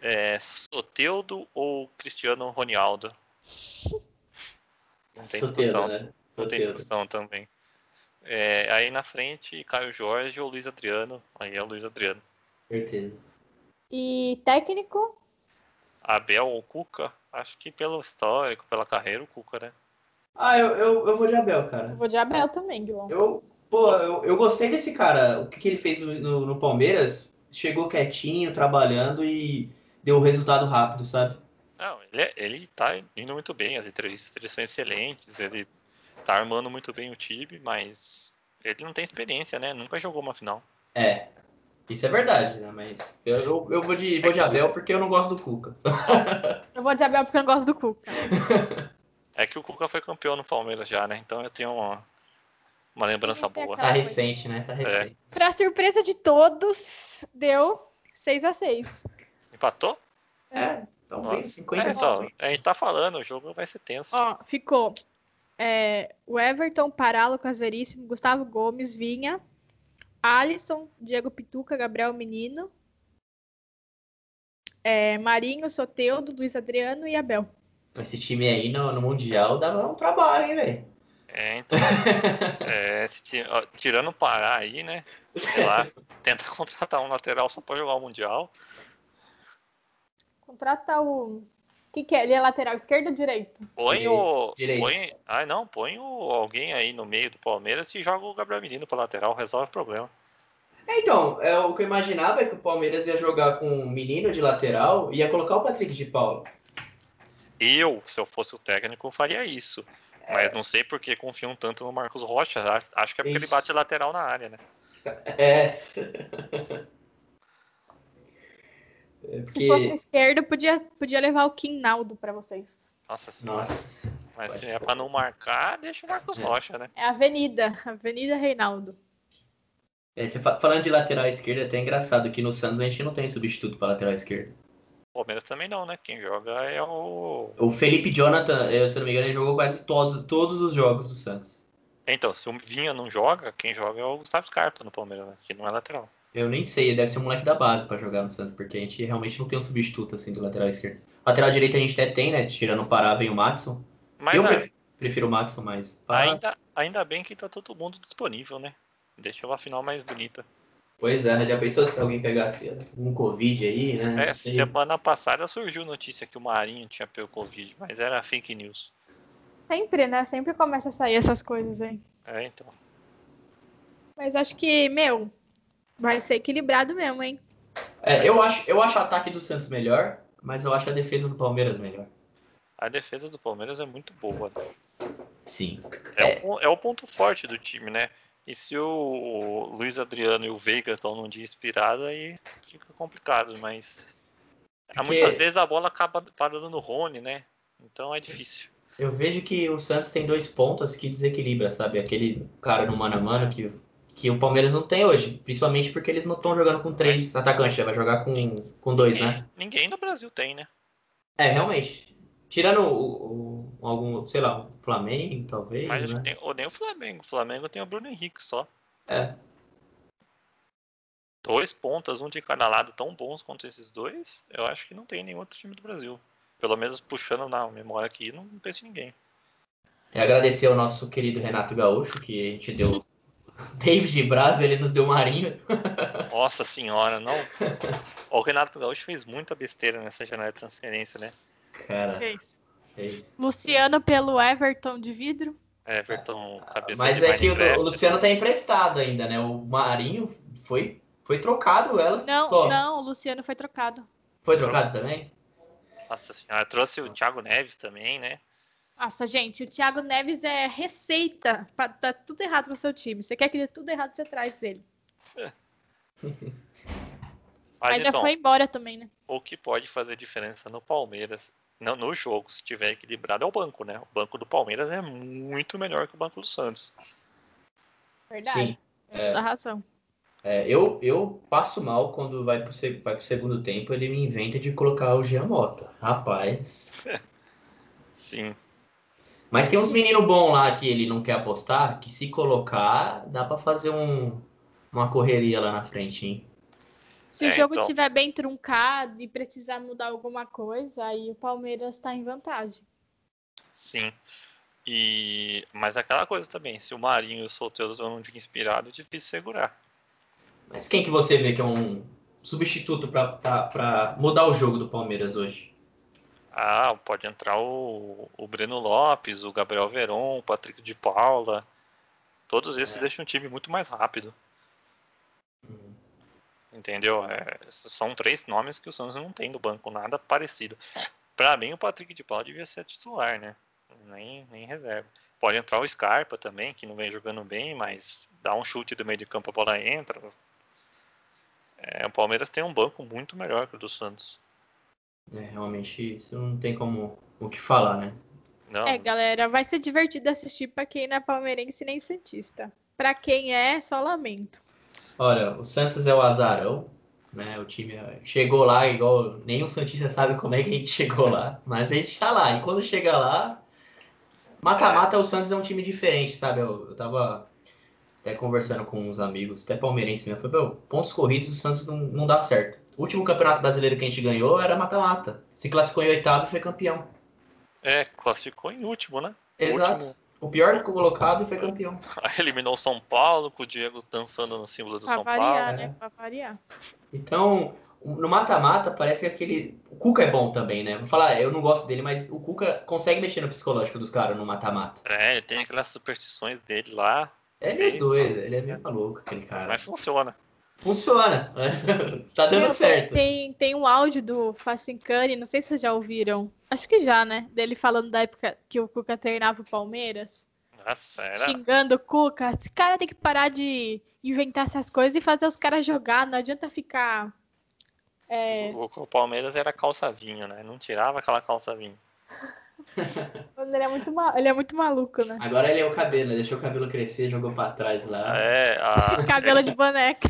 Speaker 4: É, Soteudo ou Cristiano Ronaldo? Não tem
Speaker 6: Soteldo,
Speaker 4: discussão.
Speaker 6: né?
Speaker 4: Não tem
Speaker 6: Soteldo.
Speaker 4: discussão também. É, aí na frente, Caio Jorge ou Luiz Adriano. Aí é o Luiz Adriano.
Speaker 6: Certeza.
Speaker 5: E técnico?
Speaker 4: Abel ou Cuca? Acho que pelo histórico, pela carreira, o Cuca, né?
Speaker 6: Ah, eu, eu, eu vou de Abel,
Speaker 5: Eu
Speaker 6: cara.
Speaker 5: vou de Abel também, Guilherme.
Speaker 6: Eu, pô, eu, eu gostei desse cara. O que, que ele fez no, no, no Palmeiras? Chegou quietinho, trabalhando e deu resultado rápido, sabe?
Speaker 4: Não, ele, é- ele tá indo muito bem, as entrevistas dele são excelentes, ele tá armando muito bem o time, mas ele não tem experiência, né? Nunca jogou uma final.
Speaker 6: É. Isso é verdade, né? Mas eu, eu, eu vou, de, vou de Abel porque eu não gosto do Cuca.
Speaker 4: Tá,
Speaker 5: Eu vou de Abel porque eu não gosto do Cuca.
Speaker 4: É que o Cuca foi campeão no Palmeiras já, né? Então eu tenho uma, uma lembrança boa.
Speaker 6: (laughs) Tá recente, né? Tá recente.
Speaker 5: Pra surpresa de todos, deu 6 a 6
Speaker 4: Empatou?
Speaker 6: É, então
Speaker 4: Nossa.
Speaker 6: bem 50
Speaker 4: É, só,
Speaker 6: só.
Speaker 4: a gente tá falando, o jogo vai ser tenso.
Speaker 5: Ó, ficou é, o Everton, Pará, Lucas Veríssimo, Gustavo Gomes, Vinha, Alisson, Diego Pituca, Gabriel Menino, é, Marinho, Soteudo, Luiz Adriano e Abel.
Speaker 6: Esse time aí no, no Mundial dava um trabalho, hein, velho?
Speaker 4: É, então. é, se ti- ó, tirando o Pará aí, né? Sei lá, tenta contratar um lateral só pra jogar o Mundial.
Speaker 5: Contrata o. O que, que é? Ele é lateral esquerdo ou direito?
Speaker 4: Põe
Speaker 6: Direito,
Speaker 4: o.
Speaker 6: direito.
Speaker 4: Põe, ah, não, põe o, alguém aí no meio do Palmeiras e joga o Gabriel Menino pra lateral, resolve o problema.
Speaker 6: É, então, é, o que eu imaginava é que o Palmeiras ia jogar com um menino de lateral e ia colocar o Patrick de Paulo.
Speaker 4: Eu, se eu fosse o técnico, faria isso.
Speaker 6: É.
Speaker 4: Mas não sei por que confiam tanto no Marcos Rocha. A- Acho que é porque ele
Speaker 6: Isso.
Speaker 4: bate lateral na área, né?
Speaker 6: É. (laughs) É
Speaker 5: Se
Speaker 6: porque-
Speaker 5: fosse esquerdo, podia, podia levar o Quinaldo pra vocês.
Speaker 4: Nossa senhora.
Speaker 6: Nossa.
Speaker 4: Mas se
Speaker 6: pode
Speaker 4: é pra não marcar, deixa o Marcos
Speaker 6: É.
Speaker 4: Rocha, né?
Speaker 5: É Avenida, Avenida Reinaldo.
Speaker 6: É, você fa- falando de lateral esquerda, é até engraçado que no Santos a gente não tem substituto para lateral esquerda.
Speaker 4: O Palmeiras também não, né? Quem joga é o.
Speaker 6: O Felipe Jonathan, eh, se eu não me engano, ele jogou quase todos, todos os jogos do Santos.
Speaker 4: Então, se o Vinha não joga, quem joga é o Gustavo Scarpa no Palmeiras, né? Que não é lateral.
Speaker 6: Eu nem sei, deve ser um moleque da base para jogar no Santos, porque a gente realmente não tem um substituto assim do lateral esquerdo. Lateral direito a gente até tem, né? Tirando o Pará, vem o Maxon.
Speaker 4: Mas é. Ah, então.
Speaker 6: eu
Speaker 4: a-
Speaker 6: prefiro, prefiro o Maxon, mas Pará- tá-
Speaker 4: ainda, ainda bem que tá todo mundo disponível, né? Deixa uma final mais bonita.
Speaker 6: Pois é, né? Já pensou se alguém pegasse um Covid aí, né?
Speaker 4: É,
Speaker 6: Não sei.
Speaker 4: semana passada surgiu notícia que o Marinho tinha pego Covid, mas era fake news.
Speaker 5: Sempre, né? Sempre começa a sair essas coisas aí.
Speaker 4: É, então.
Speaker 5: Mas acho que, meu, vai ser equilibrado mesmo, hein?
Speaker 6: É, eu, acho, eu acho o ataque do Santos melhor, mas eu acho a defesa do Palmeiras melhor.
Speaker 4: A defesa do Palmeiras é muito boa. né?
Speaker 6: Sim.
Speaker 4: É, o, pon- é o ponto forte do time, né? E se o Luiz Adriano e o Veiga estão num dia inspirado, aí fica complicado, mas. há
Speaker 6: Porque-
Speaker 4: Muitas vezes a bola acaba parando no Rony, né? Então é difícil.
Speaker 6: Eu vejo que o Santos tem dois pontas que desequilibra, sabe? Aquele cara no mano a mano que, que o Palmeiras não tem hoje. Principalmente porque eles não estão jogando com três atacantes, né? vai jogar com, com dois, né?
Speaker 4: Ninguém no Brasil tem, né?
Speaker 6: É, realmente. Tirando o, o- algum, sei lá, o Flamengo, talvez,
Speaker 4: Mas acho
Speaker 6: né?
Speaker 4: que tem, ou nem o Flamengo. O Flamengo tem o Bruno Henrique só.
Speaker 6: É.
Speaker 4: Dois pontas, um de cada lado, tão bons quanto esses dois, eu acho que não tem nenhum outro time do Brasil. Pelo menos puxando na memória aqui, não penso em ninguém.
Speaker 6: E agradecer ao nosso querido Renato Gaúcho, que a
Speaker 4: (laughs)
Speaker 6: gente deu David Braz, ele nos deu Marinho. (laughs)
Speaker 4: Nossa senhora, não. O Renato Gaúcho fez muita besteira nessa janela de transferência, né?
Speaker 6: Cara,
Speaker 5: É isso.
Speaker 6: é isso.
Speaker 5: Luciano pelo Everton de vidro.
Speaker 4: É, Everton, cabeça
Speaker 6: Mas
Speaker 4: de
Speaker 6: é que o,
Speaker 4: Minecraft.
Speaker 6: o Luciano tá emprestado ainda, né? O Marinho foi, foi trocado, ela
Speaker 5: Não,
Speaker 6: só.
Speaker 5: não, o Luciano foi trocado.
Speaker 6: Foi trocado também?
Speaker 4: Nossa senhora, trouxe o Thiago Neves também, né?
Speaker 5: Nossa, gente, o Thiago Neves é receita. pra dar tudo errado no seu time. Você quer que dê tudo errado, você traz dele.
Speaker 4: Mas
Speaker 5: Mas já
Speaker 4: então,
Speaker 5: foi embora também, né?
Speaker 4: o que pode fazer diferença no Palmeiras, no, no jogo, se tiver equilibrado, é o banco, né? O banco do Palmeiras é muito melhor que o banco do Santos.
Speaker 5: Verdade.
Speaker 6: Sim.
Speaker 5: Tem toda razão.
Speaker 6: É, eu, eu passo mal quando vai pro, seg- vai pro segundo tempo, ele me inventa de colocar o Jean Mota. Rapaz.
Speaker 4: Sim.
Speaker 6: Mas tem uns meninos bons lá que ele não quer apostar, que se colocar, dá pra fazer um, uma correria lá na frente, hein?
Speaker 5: Se
Speaker 4: É,
Speaker 5: o jogo
Speaker 4: então.
Speaker 5: estiver bem truncado e precisar mudar alguma coisa, aí o Palmeiras tá em vantagem.
Speaker 4: Sim. E mas é aquela coisa também, se o Marinho e o Solteiro estão num dia inspirado, é difícil segurar.
Speaker 6: Mas quem que você vê que é um substituto pra- pra pra mudar o jogo do Palmeiras hoje?
Speaker 4: Ah, pode entrar o, o Breno Lopes, o Gabriel Veron, o Patrick de Paula. Todos esses
Speaker 6: É.
Speaker 4: deixam o time muito mais rápido.
Speaker 6: Uhum.
Speaker 4: Entendeu? É, são três nomes que o Santos não tem no banco, nada parecido. Pra mim, o Patrick de Paula devia ser titular, né? Nem, nem reserva. Pode entrar o Scarpa também, que não vem jogando bem, mas dá um chute do meio de campo, a bola entra. É, o Palmeiras tem um banco muito melhor que o do Santos.
Speaker 6: É, realmente, isso não tem como o que falar, né?
Speaker 4: Não,
Speaker 5: É, galera, vai ser divertido assistir pra quem não é palmeirense nem santista. Pra quem é, só lamento.
Speaker 6: Olha, o Santos é o azarão, né? O time é- chegou lá igual nenhum Santista sabe como é que a gente (laughs) chegou lá, mas a gente tá lá. E quando chega lá, mata-mata o Santos é um time diferente, sabe? Eu, eu tava até conversando com uns amigos, até palmeirense, né? Eu falei, meu, pontos corridos o Santos não, não dá certo. O último campeonato brasileiro que a gente ganhou era mata-mata. Se classificou em oitavo e foi campeão.
Speaker 4: é, classificou em último, né?
Speaker 6: Exato.
Speaker 4: Último,
Speaker 6: O pior colocado e foi campeão.
Speaker 4: Eliminou o São Paulo, com o Diego dançando no símbolo do
Speaker 5: Pra
Speaker 4: São
Speaker 5: variar,
Speaker 4: Paulo.
Speaker 5: né? Pra variar.
Speaker 6: Então, no mata-mata, parece que aquele. O Cuca é bom também, né? Vou falar, eu não gosto dele, mas o Cuca consegue mexer no psicológico dos caras no mata-mata.
Speaker 4: É, ele tem aquelas superstições dele lá,
Speaker 6: Ele é
Speaker 4: Sim.
Speaker 6: doido, ele é meio maluco, aquele cara.
Speaker 4: mas funciona.
Speaker 6: Funciona. (laughs) tá dando
Speaker 5: Meu,
Speaker 6: certo.
Speaker 5: Tem, tem um áudio do Facincani, não sei se vocês já ouviram. Acho que já, né? Dele falando da época que o Cuca treinava o Palmeiras.
Speaker 4: Nossa, era.
Speaker 5: Xingando o Cuca. Esse cara tem que parar de inventar essas coisas e fazer os caras jogar. Não adianta ficar. É,
Speaker 4: O, o Palmeiras era calça vinho, né? Não tirava aquela calça vinho.
Speaker 5: ele, é muito ma- ele é muito maluco, né?
Speaker 6: Agora ele é o cabelo, né? Deixou o cabelo crescer, jogou pra trás lá.
Speaker 4: É,
Speaker 5: (laughs)
Speaker 4: a-
Speaker 5: Cabelo de boneca.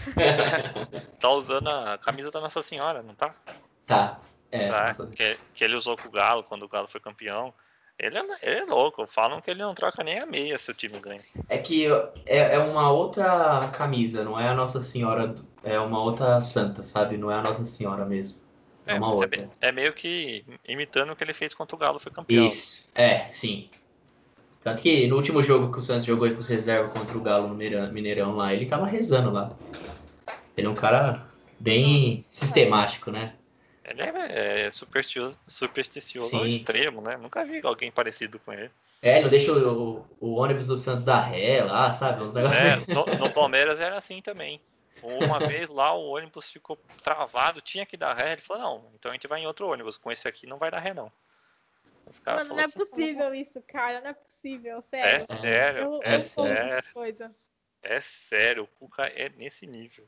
Speaker 4: tá usando a camisa da Nossa Senhora, não tá?
Speaker 6: Tá. É,
Speaker 4: Tá,
Speaker 6: nossa.
Speaker 4: que, que ele usou com o Galo quando o Galo foi campeão. Ele é, ele é louco, falam que ele não troca nem a meia se o time ganha.
Speaker 6: É que é, é uma outra camisa, não é a Nossa Senhora, do- é uma outra santa, sabe? Não é a Nossa Senhora mesmo. É uma
Speaker 4: mas
Speaker 6: outra.
Speaker 4: me- é meio que imitando o que ele fez contra o Galo foi campeão.
Speaker 6: Isso. É, sim. Tanto que no último jogo que o Santos jogou com os reserva contra o Galo no Mineirão, Mineirão lá, ele tava rezando lá. Ele é um cara bem sistemático, né?
Speaker 4: Ele é, é supersticioso, supersticioso ao
Speaker 6: Sim.
Speaker 4: extremo, né? Nunca vi alguém parecido com ele.
Speaker 6: É, ele não deixa o, o ônibus do Santos dar ré lá, sabe? Uns negócios. assim.
Speaker 4: É, no, no Palmeiras era assim também. Uma vez lá o ônibus ficou travado, tinha que dar ré. Ele falou: não, então a gente vai em outro ônibus. Com esse aqui não vai dar ré, não. Os caras
Speaker 5: Mano, não
Speaker 4: falaram
Speaker 5: é
Speaker 4: assim,
Speaker 5: possível isso, cara. Não é possível,
Speaker 4: é
Speaker 5: sério.
Speaker 4: sério,
Speaker 5: eu,
Speaker 4: é
Speaker 5: eu sou
Speaker 4: sério.
Speaker 5: essas coisas.
Speaker 4: é sério, o Cuca é nesse nível.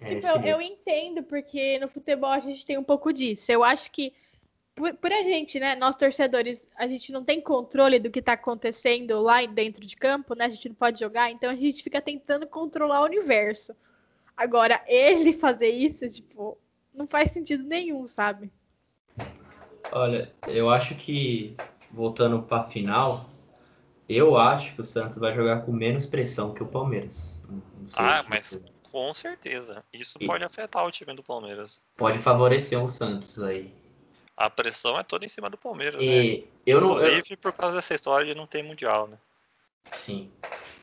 Speaker 6: É,
Speaker 5: Tipo,
Speaker 6: esse
Speaker 5: eu,
Speaker 6: nível.
Speaker 5: eu entendo, porque no futebol a gente tem um pouco disso. Eu acho que, por, por a gente, né, nós torcedores, a gente não tem controle do que tá acontecendo lá dentro de campo, né? A gente não pode jogar, então a gente fica tentando controlar o universo. Agora, ele (laughs) fazer isso, tipo, não faz sentido nenhum, sabe?
Speaker 6: Olha, eu acho que, voltando pra final, eu acho que o Santos vai jogar com menos pressão que o Palmeiras. Não- não sei
Speaker 4: Ah,
Speaker 6: o que
Speaker 4: mas-
Speaker 6: você-
Speaker 4: Com certeza. Isso
Speaker 6: E-
Speaker 4: pode afetar o time do Palmeiras.
Speaker 6: Pode favorecer o Santos aí.
Speaker 4: A pressão é toda em cima do Palmeiras, né?
Speaker 6: E eu não. eu-
Speaker 4: Inclusive por causa dessa história de não ter mundial, né?
Speaker 6: Sim,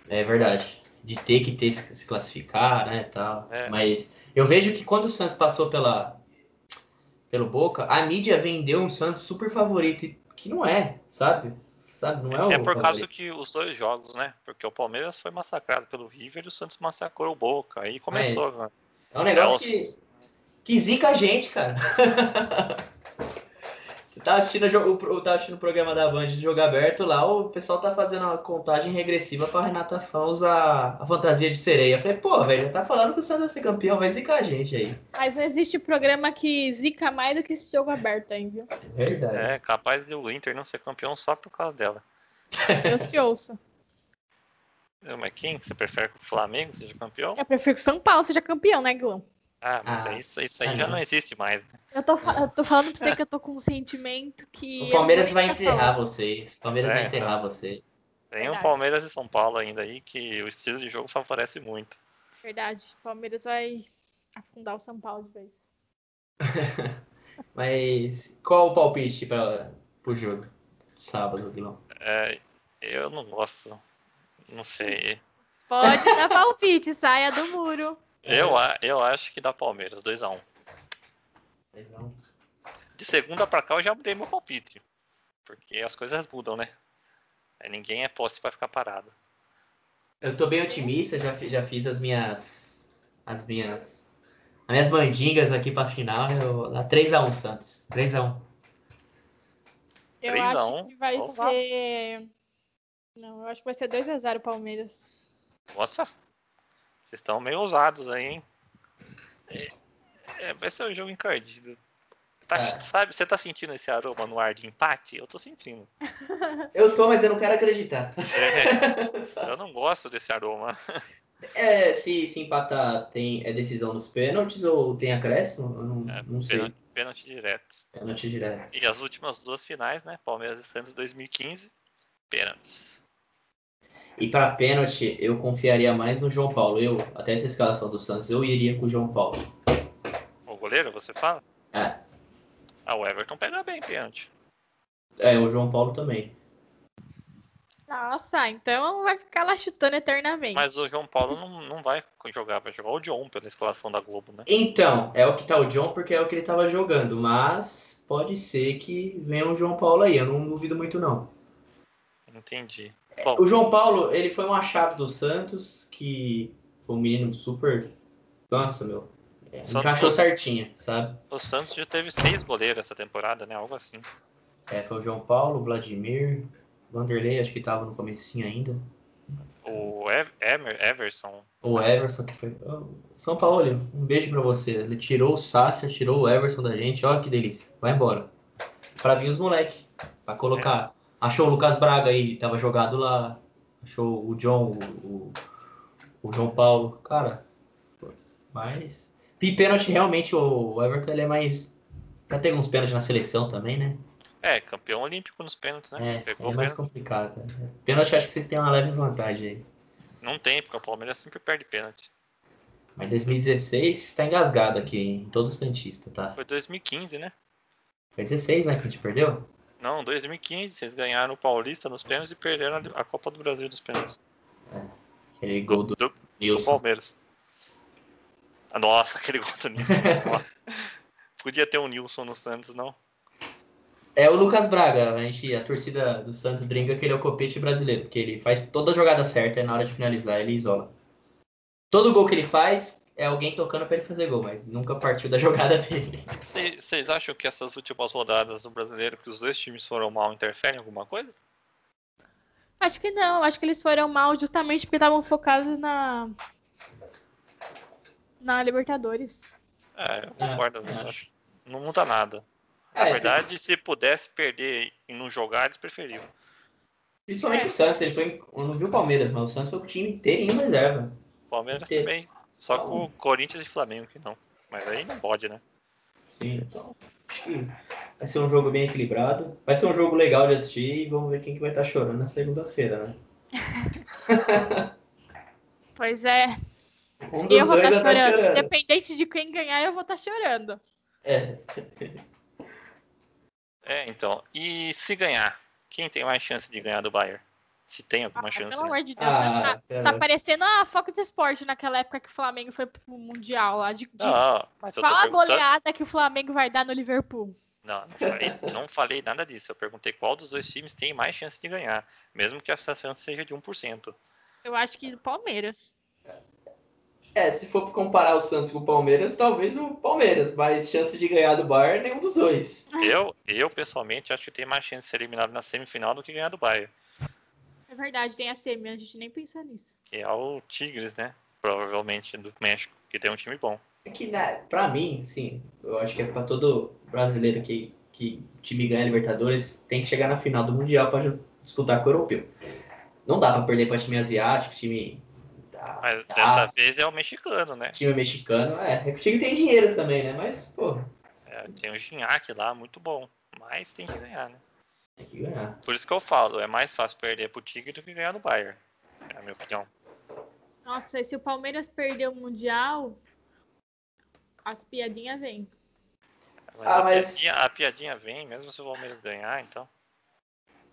Speaker 6: é verdade. De ter que ter se classificar, né, tal.
Speaker 4: É.
Speaker 6: Mas eu vejo que quando o Santos passou pela pelo Boca, a mídia vendeu um Santos super favorito e- que não é, sabe? Sabe, não é, o
Speaker 4: É por causa
Speaker 6: favorito.
Speaker 4: que os dois jogos, né? Porque o Palmeiras foi massacrado pelo River e o Santos massacrou o Boca. Aí começou, né?
Speaker 6: É um negócio
Speaker 4: Nossa.
Speaker 6: que que zica a gente, cara. (laughs) Você tá assistindo o jogo- eu tava assistindo o programa da Band de jogo aberto lá, o pessoal tá fazendo uma contagem regressiva pra Renata Fã usar a fantasia de sereia. Eu falei, pô, velho, tá falando que o Santos vai ser campeão, vai zicar a gente aí.
Speaker 5: Mas não existe programa que zica mais do que esse jogo aberto aí, viu?
Speaker 6: Verdade.
Speaker 4: É, capaz de o Inter não ser campeão só por causa dela.
Speaker 5: Deus te ouça.
Speaker 4: É, Mas quem você prefere que o Flamengo seja campeão?
Speaker 5: Eu prefiro que o São Paulo seja campeão, né, Glão?
Speaker 4: Ah, mas
Speaker 6: É. Ah,
Speaker 4: é isso, isso aí
Speaker 6: ah,
Speaker 4: já
Speaker 6: não.
Speaker 4: não existe mais. né?
Speaker 5: Eu tô, fa- eu tô falando pra você que eu tô com um sentimento que.
Speaker 6: O Palmeiras
Speaker 5: eu não
Speaker 6: vai
Speaker 5: sei é o que eu
Speaker 6: enterrar vocês. O Palmeiras
Speaker 4: É,
Speaker 6: vai enterrar você.
Speaker 4: Tem um
Speaker 5: Verdade.
Speaker 4: Palmeiras e São Paulo ainda aí que o estilo de jogo favorece muito.
Speaker 5: falo. Verdade. O Palmeiras vai afundar o São Paulo de vez.
Speaker 6: (laughs) Mas qual o palpite pra, pro jogo? Sábado, Guilherme.
Speaker 4: É, eu não gosto. Não sei.
Speaker 5: Pode dar palpite, saia do
Speaker 4: (laughs)
Speaker 5: muro.
Speaker 4: Eu,
Speaker 6: É.
Speaker 4: a- eu acho que dá Palmeiras, 2x1. De segunda pra cá eu já mudei meu palpite. Porque as coisas mudam, né? Aí ninguém é posse pra ficar parado.
Speaker 6: Eu tô bem otimista, já, fi- já fiz as minhas. As minhas. As minhas mandingas aqui pra final. Eu, dá 3x1, Santos. 3x1.
Speaker 5: Eu
Speaker 4: 3 a
Speaker 5: acho
Speaker 4: 1.
Speaker 5: que vai
Speaker 4: Opa.
Speaker 5: ser. Não, eu acho que vai ser 2x0 o Palmeiras.
Speaker 4: Nossa, vocês estão meio ousados aí, hein? É, é, vai ser um jogo encardido. Tá-
Speaker 6: É.
Speaker 4: Sabe, você tá sentindo esse aroma no ar de empate? Eu tô sentindo.
Speaker 6: Eu tô, mas eu não quero acreditar. (laughs)
Speaker 4: É, eu não gosto desse aroma.
Speaker 6: É, se, se empatar, tem, é decisão dos pênaltis ou tem acréscimo? Eu não,
Speaker 4: É,
Speaker 6: não sei.
Speaker 4: Pênalti, pênalti direto.
Speaker 6: Pênalti direto.
Speaker 4: E as últimas duas finais, né? Palmeiras e Santos 2015. Pênaltis.
Speaker 6: E pra pênalti, eu confiaria mais no João Paulo. Eu, até essa escalação do Santos, eu iria com o João Paulo.
Speaker 4: O goleiro, você fala?
Speaker 6: É.
Speaker 4: Ah, o Everton pega bem pênalti.
Speaker 6: É, o João Paulo também.
Speaker 5: Nossa, então vai ficar lá chutando eternamente.
Speaker 4: Mas o João Paulo não, não vai jogar, vai jogar o John pela escalação da Globo, né?
Speaker 6: Então, é o que tá o John, porque é o que ele tava jogando, mas pode ser que venha um João Paulo aí, eu não duvido muito não.
Speaker 4: Entendi.
Speaker 6: É, O João Paulo, ele foi um achado do Santos, que foi um menino super. Nossa, meu. É,
Speaker 4: Santos-
Speaker 6: encaixou certinho, sabe?
Speaker 4: O Santos já teve seis goleiros essa temporada, né? Algo assim.
Speaker 6: É, foi o João Paulo, Vladimir, Vanderlei, acho que tava no comecinho ainda.
Speaker 4: O Ev- Emer- Everson.
Speaker 6: O Everson, que foi. Ô, São Paulo, um beijo pra você. Ele tirou o Sasha, tirou o Everson da gente. Ó, que delícia. Vai embora. Pra vir os moleque. Pra
Speaker 4: É.
Speaker 6: colocar. Achou o Lucas Braga aí, tava jogado lá. Achou o John, o, o, o João Paulo. Cara, mas. E pênalti, realmente, o Everton ele é mais. Já teve uns pênaltis na seleção também, né?
Speaker 4: É, campeão olímpico nos pênaltis, né?
Speaker 6: É,
Speaker 4: Pegou
Speaker 6: é
Speaker 4: o
Speaker 6: mais
Speaker 4: pênalti.
Speaker 6: complicado. Né? Pênalti, acho que vocês têm uma leve vantagem aí.
Speaker 4: Não tem, porque é o Palmeiras sempre perde pênalti.
Speaker 6: Mas 2016 tá engasgado aqui, em todo Santista, tá?
Speaker 4: Foi 2015, né?
Speaker 6: Foi 16, né, que a gente perdeu?
Speaker 4: Não, 2015, vocês ganharam o Paulista nos pênaltis e perderam a- a Copa do Brasil nos pênaltis.
Speaker 6: Aquele gol do,
Speaker 4: Do- do do
Speaker 6: Nilson.
Speaker 4: Palmeiras. Ah, Nossa, (laughs) aquele gol do
Speaker 6: (laughs)
Speaker 4: Nilson. Podia ter um Nilson no Santos, não?
Speaker 6: É o Lucas Braga, a, gente, a torcida do Santos brinca que ele é o copete brasileiro, porque ele faz toda a jogada certa e na hora de finalizar ele isola. Todo gol que ele faz é alguém tocando pra ele fazer gol, mas nunca partiu da (laughs) jogada dele.
Speaker 4: Vocês vocês acham que essas últimas rodadas do brasileiro, que os dois times foram mal, interferem em alguma coisa?
Speaker 5: Acho que não, acho que eles foram mal justamente porque estavam focados na. Na Libertadores.
Speaker 4: É, eu concordo.
Speaker 6: eu
Speaker 4: eu
Speaker 6: acho.
Speaker 4: acho. Não muda nada. Na
Speaker 6: É,
Speaker 4: verdade, se pudesse perder e não jogar, eles preferiam.
Speaker 6: Principalmente o Santos, ele foi. Eu não vi o Palmeiras, mas o Santos foi com o time inteirinho em reserva.
Speaker 4: O Palmeiras
Speaker 6: Sim. Então-
Speaker 4: também. Só com o Corinthians e Flamengo que não. Mas aí não pode, né?
Speaker 6: Sim. Então, acho que vai ser um jogo bem equilibrado. Vai ser um jogo legal de assistir e vamos ver quem que vai estar chorando na segunda-feira, né?
Speaker 5: Pois é.
Speaker 6: Um
Speaker 5: E eu vou
Speaker 6: dois
Speaker 5: estar
Speaker 6: vai tá
Speaker 5: chorando. Independente de quem ganhar, eu vou estar chorando.
Speaker 6: É,
Speaker 4: É, então. E se ganhar, quem tem mais chance de ganhar do Bayern? Se tem alguma
Speaker 5: Ah,
Speaker 4: chance.
Speaker 5: pelo
Speaker 4: né?
Speaker 5: amor de Deus,
Speaker 6: Ah,
Speaker 5: tá,
Speaker 6: cara.
Speaker 5: tá parecendo a Fox Sport naquela época que o Flamengo foi pro Mundial lá. De, de-
Speaker 4: Não, mas Ah, eu tô
Speaker 5: Qual a
Speaker 4: perguntando-
Speaker 5: goleada que o Flamengo vai dar no Liverpool?
Speaker 4: Não, não falei, não falei nada disso. Eu perguntei qual dos dois times tem mais chance de ganhar. Mesmo que essa chance seja de 1%.
Speaker 5: Eu acho que o Palmeiras.
Speaker 6: É, se for comparar o Santos com o Palmeiras, talvez o Palmeiras, mas chance de ganhar do Bayern, nenhum dos dois.
Speaker 4: Eu, eu pessoalmente, acho que tem mais chance de ser eliminado na semifinal do que ganhar do Bayern.
Speaker 5: É verdade, tem a semi, a gente nem pensou nisso.
Speaker 4: Que é o Tigres, né? Provavelmente do México, que tem um time bom.
Speaker 6: É que, né, pra mim, sim, eu acho que é pra todo brasileiro que, que time ganha Libertadores, tem que chegar na final do Mundial pra ju- disputar com o europeu. Não dá pra perder pra time asiático, time. da-
Speaker 4: Mas
Speaker 6: da
Speaker 4: dessa vez é o mexicano, né?
Speaker 6: time mexicano, é. É que o time tem dinheiro também, né? Mas, pô,
Speaker 4: É, tem o Gignac lá, muito bom. Mas tem que ganhar, né?
Speaker 6: tem que ganhar.
Speaker 4: Por isso que eu falo, é mais fácil perder pro Tigre do que ganhar do Bayern. É a minha opinião.
Speaker 5: Nossa, e se o Palmeiras perder o Mundial, as piadinhas vêm.
Speaker 4: Mas
Speaker 6: Ah,
Speaker 4: a,
Speaker 6: mas-
Speaker 4: piadinha, a piadinha vem, mesmo se o Palmeiras ganhar, então.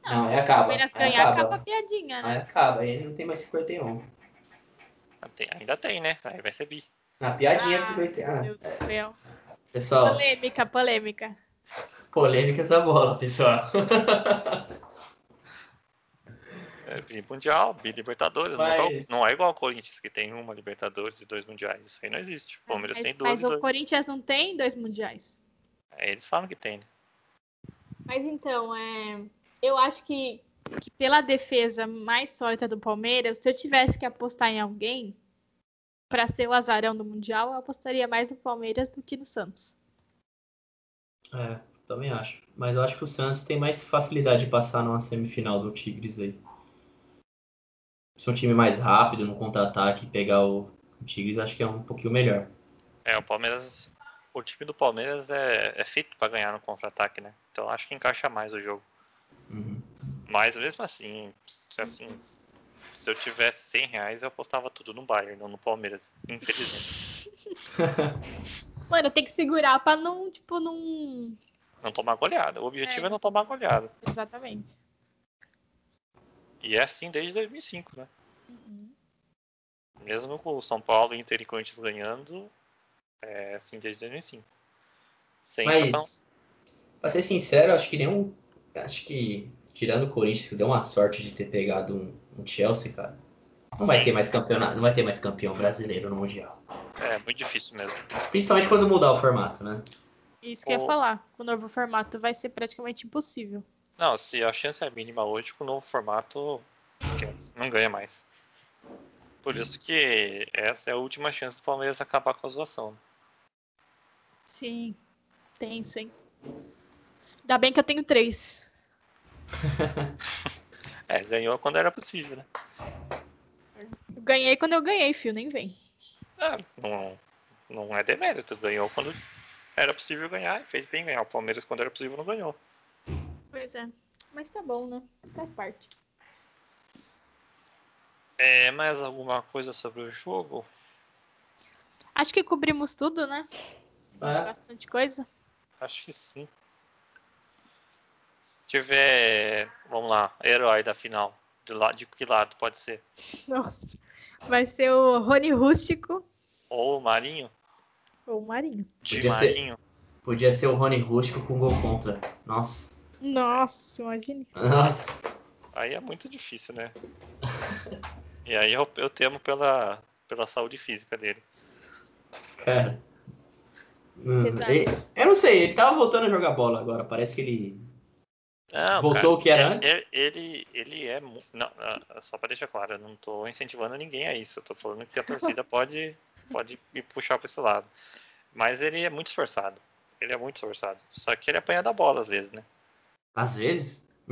Speaker 6: Não,
Speaker 5: se
Speaker 6: aí acaba,
Speaker 5: o Palmeiras
Speaker 6: aí
Speaker 5: ganhar,
Speaker 6: acaba.
Speaker 5: acaba a piadinha, né?
Speaker 6: Aí acaba, aí não tem mais 51.
Speaker 4: Ah, tem- ainda tem, né? Aí vai ser bi.
Speaker 6: Na piadinha do
Speaker 5: Ah,
Speaker 6: 51.
Speaker 5: Meu
Speaker 6: Ah, é,
Speaker 5: Deus do céu.
Speaker 6: pessoal,
Speaker 5: Polêmica, polêmica.
Speaker 6: polêmica essa bola, pessoal. (laughs)
Speaker 4: É, bi mundial, bi Libertadores.
Speaker 6: Mas-
Speaker 4: Não, é igual ao Corinthians, que tem uma Libertadores e dois mundiais. Isso aí não existe. O Palmeiras
Speaker 5: mas
Speaker 4: tem
Speaker 5: mas
Speaker 4: duas e
Speaker 5: o
Speaker 4: dois.
Speaker 5: Corinthians não tem dois Mundiais.
Speaker 4: Aí eles falam que tem. né?
Speaker 5: Mas então, é, eu acho que, que pela defesa mais sólida do Palmeiras, se eu tivesse que apostar em alguém para ser o azarão do Mundial, eu apostaria mais no Palmeiras do que no Santos.
Speaker 6: É, também acho. Mas eu acho que o Santos tem mais facilidade de passar numa semifinal do Tigres aí. Se é um time mais rápido no contra-ataque, pegar o, o Tigres, acho que é um pouquinho melhor.
Speaker 4: É, o Palmeiras. O time do Palmeiras é, é feito pra ganhar no contra-ataque, né? Então acho que encaixa mais o jogo.
Speaker 6: Uhum.
Speaker 4: Mas mesmo assim, se, assim, se eu tivesse 100 reais, eu apostava tudo no Bayern, não no Palmeiras. Infelizmente.
Speaker 5: Mano, tem que segurar pra não, tipo, não.
Speaker 4: Não tomar goleada. O objetivo
Speaker 5: É.
Speaker 4: é, não tomar goleada.
Speaker 5: Exatamente.
Speaker 4: E é assim desde 2005, né? Mesmo com o São Paulo, Inter e Corinthians ganhando, é assim desde 2005. Sem cada um.
Speaker 6: Mas, pra ser sincero, acho que nenhum. Acho que, tirando o Corinthians, que deu uma sorte de ter pegado um, um Chelsea, cara. Não vai
Speaker 4: Sim.
Speaker 6: ter mais campeonato, não vai ter mais campeão brasileiro no Mundial.
Speaker 4: É muito difícil mesmo.
Speaker 6: Principalmente quando mudar o formato, né?
Speaker 5: Isso que eu ia
Speaker 4: O-
Speaker 5: falar. Com o novo formato vai ser praticamente impossível.
Speaker 4: Não, se a chance é mínima hoje, com o novo formato, esquece, não ganha mais. Por isso que essa é a última chance do Palmeiras acabar com a zoação.
Speaker 5: Sim. Tem, sim. Ainda bem que eu tenho três.
Speaker 4: É, ganhou quando era possível, né?
Speaker 5: Eu ganhei quando eu ganhei, fio, nem vem.
Speaker 4: Ah, não, não é demérito, ganhou quando era possível ganhar, e fez bem ganhar. O Palmeiras, quando era possível, não ganhou.
Speaker 5: Pois é. Mas tá bom, né? Faz parte.
Speaker 4: É, mais alguma coisa sobre o jogo?
Speaker 5: Acho que cobrimos tudo, né?
Speaker 6: É,
Speaker 5: Bastante coisa.
Speaker 4: Acho que sim. Se tiver, vamos lá, herói da final, de, la, de que lado pode ser?
Speaker 5: Nossa. Vai ser o Rony Rústico
Speaker 4: Ou o Marinho?
Speaker 5: ou o Marinho.
Speaker 4: De
Speaker 6: Podia ser.
Speaker 4: Marinho?
Speaker 6: podia ser o Rony Rústico com gol contra. Nossa. (laughs)
Speaker 5: Nossa, imagine.
Speaker 6: Nossa.
Speaker 4: Aí é muito difícil,
Speaker 6: (laughs)
Speaker 4: né? e aí eu, eu temo pela, pela saúde física dele.
Speaker 6: Cara. Hum,
Speaker 5: Exato.
Speaker 6: ele- eu não sei, ele tava voltando a jogar bola agora. Parece que ele.
Speaker 4: Não,
Speaker 6: Voltou
Speaker 4: cara,
Speaker 6: o que era
Speaker 4: é-
Speaker 6: antes?
Speaker 4: é- Ele, ele é. mu- Não, ah, só pra deixar claro, eu não tô incentivando ninguém a isso. Eu tô falando que a
Speaker 6: (laughs)
Speaker 4: torcida pode, pode me puxar pra esse lado. Mas ele é muito esforçado. Ele é muito esforçado. Só que ele apanha da bola às vezes, né?
Speaker 6: Às vezes. (laughs)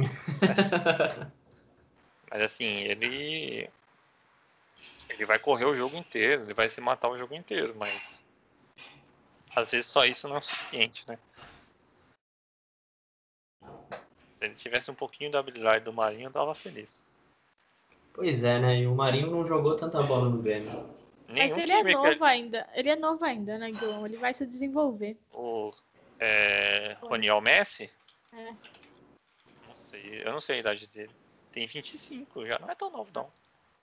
Speaker 4: Mas assim, ele. Ele vai correr o jogo inteiro, ele vai se matar o jogo inteiro, mas. Às vezes só isso não é o suficiente, né? Se ele tivesse um pouquinho da habilidade do Marinho, eu tava feliz.
Speaker 6: Pois é, né? E o Marinho não jogou tanta bola no Grêmio.
Speaker 4: Nenhum
Speaker 5: Mas ele é
Speaker 4: time que-
Speaker 5: novo ainda. Ele é novo ainda, né, Guilherme? Ele vai se desenvolver.
Speaker 4: o é, Roniel Messi?
Speaker 5: É.
Speaker 4: Não sei, eu não sei a idade dele. Tem 25, já não é tão novo não.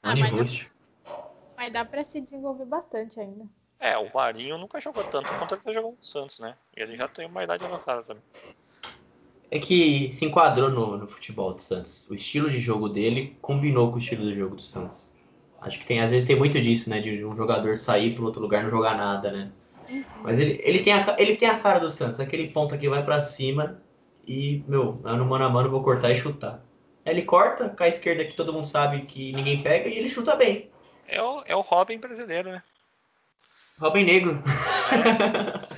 Speaker 5: Ah,
Speaker 6: Rony
Speaker 5: mas não-
Speaker 6: Rústico.
Speaker 5: Mas dá pra se desenvolver bastante ainda.
Speaker 4: É, o Marinho nunca jogou tanto quanto ele tá jogando no Santos, né? E ele já tem uma idade avançada também.
Speaker 6: É que se enquadrou no, no futebol do Santos. O estilo de jogo dele combinou com o estilo do jogo do Santos. Acho que tem, às vezes tem muito disso, né? De um jogador sair para outro lugar e não jogar nada, né? Mas ele, ele, tem a, ca- ele tem a cara do Santos, aquele ponto que vai para cima e, meu, lá no mano a mano eu vou cortar e chutar. Aí Ele corta com a esquerda que todo mundo sabe que ninguém pega e ele chuta bem.
Speaker 4: É o, é o Robin brasileiro, né?
Speaker 6: Robin Negro. (laughs)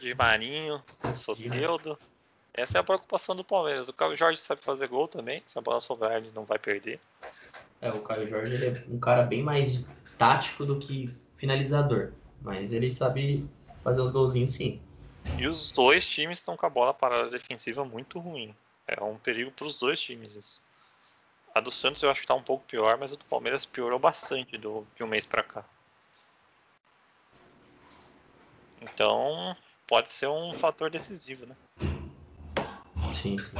Speaker 4: De Marinho, Soteldo. Essa é a preocupação do Palmeiras. O Caio Jorge sabe fazer gol também. Se a bola sobrar, ele não vai perder.
Speaker 6: É, o Caio Jorge ele é um cara bem mais tático do que finalizador. Mas ele sabe fazer os golzinhos sim.
Speaker 4: E os dois times estão com a bola parada defensiva muito ruim. É um perigo para os dois times isso. A do Santos eu acho que tá um pouco pior, mas a do Palmeiras piorou bastante do, de um mês para cá. Então, pode ser um fator decisivo, né?
Speaker 6: Sim, sim.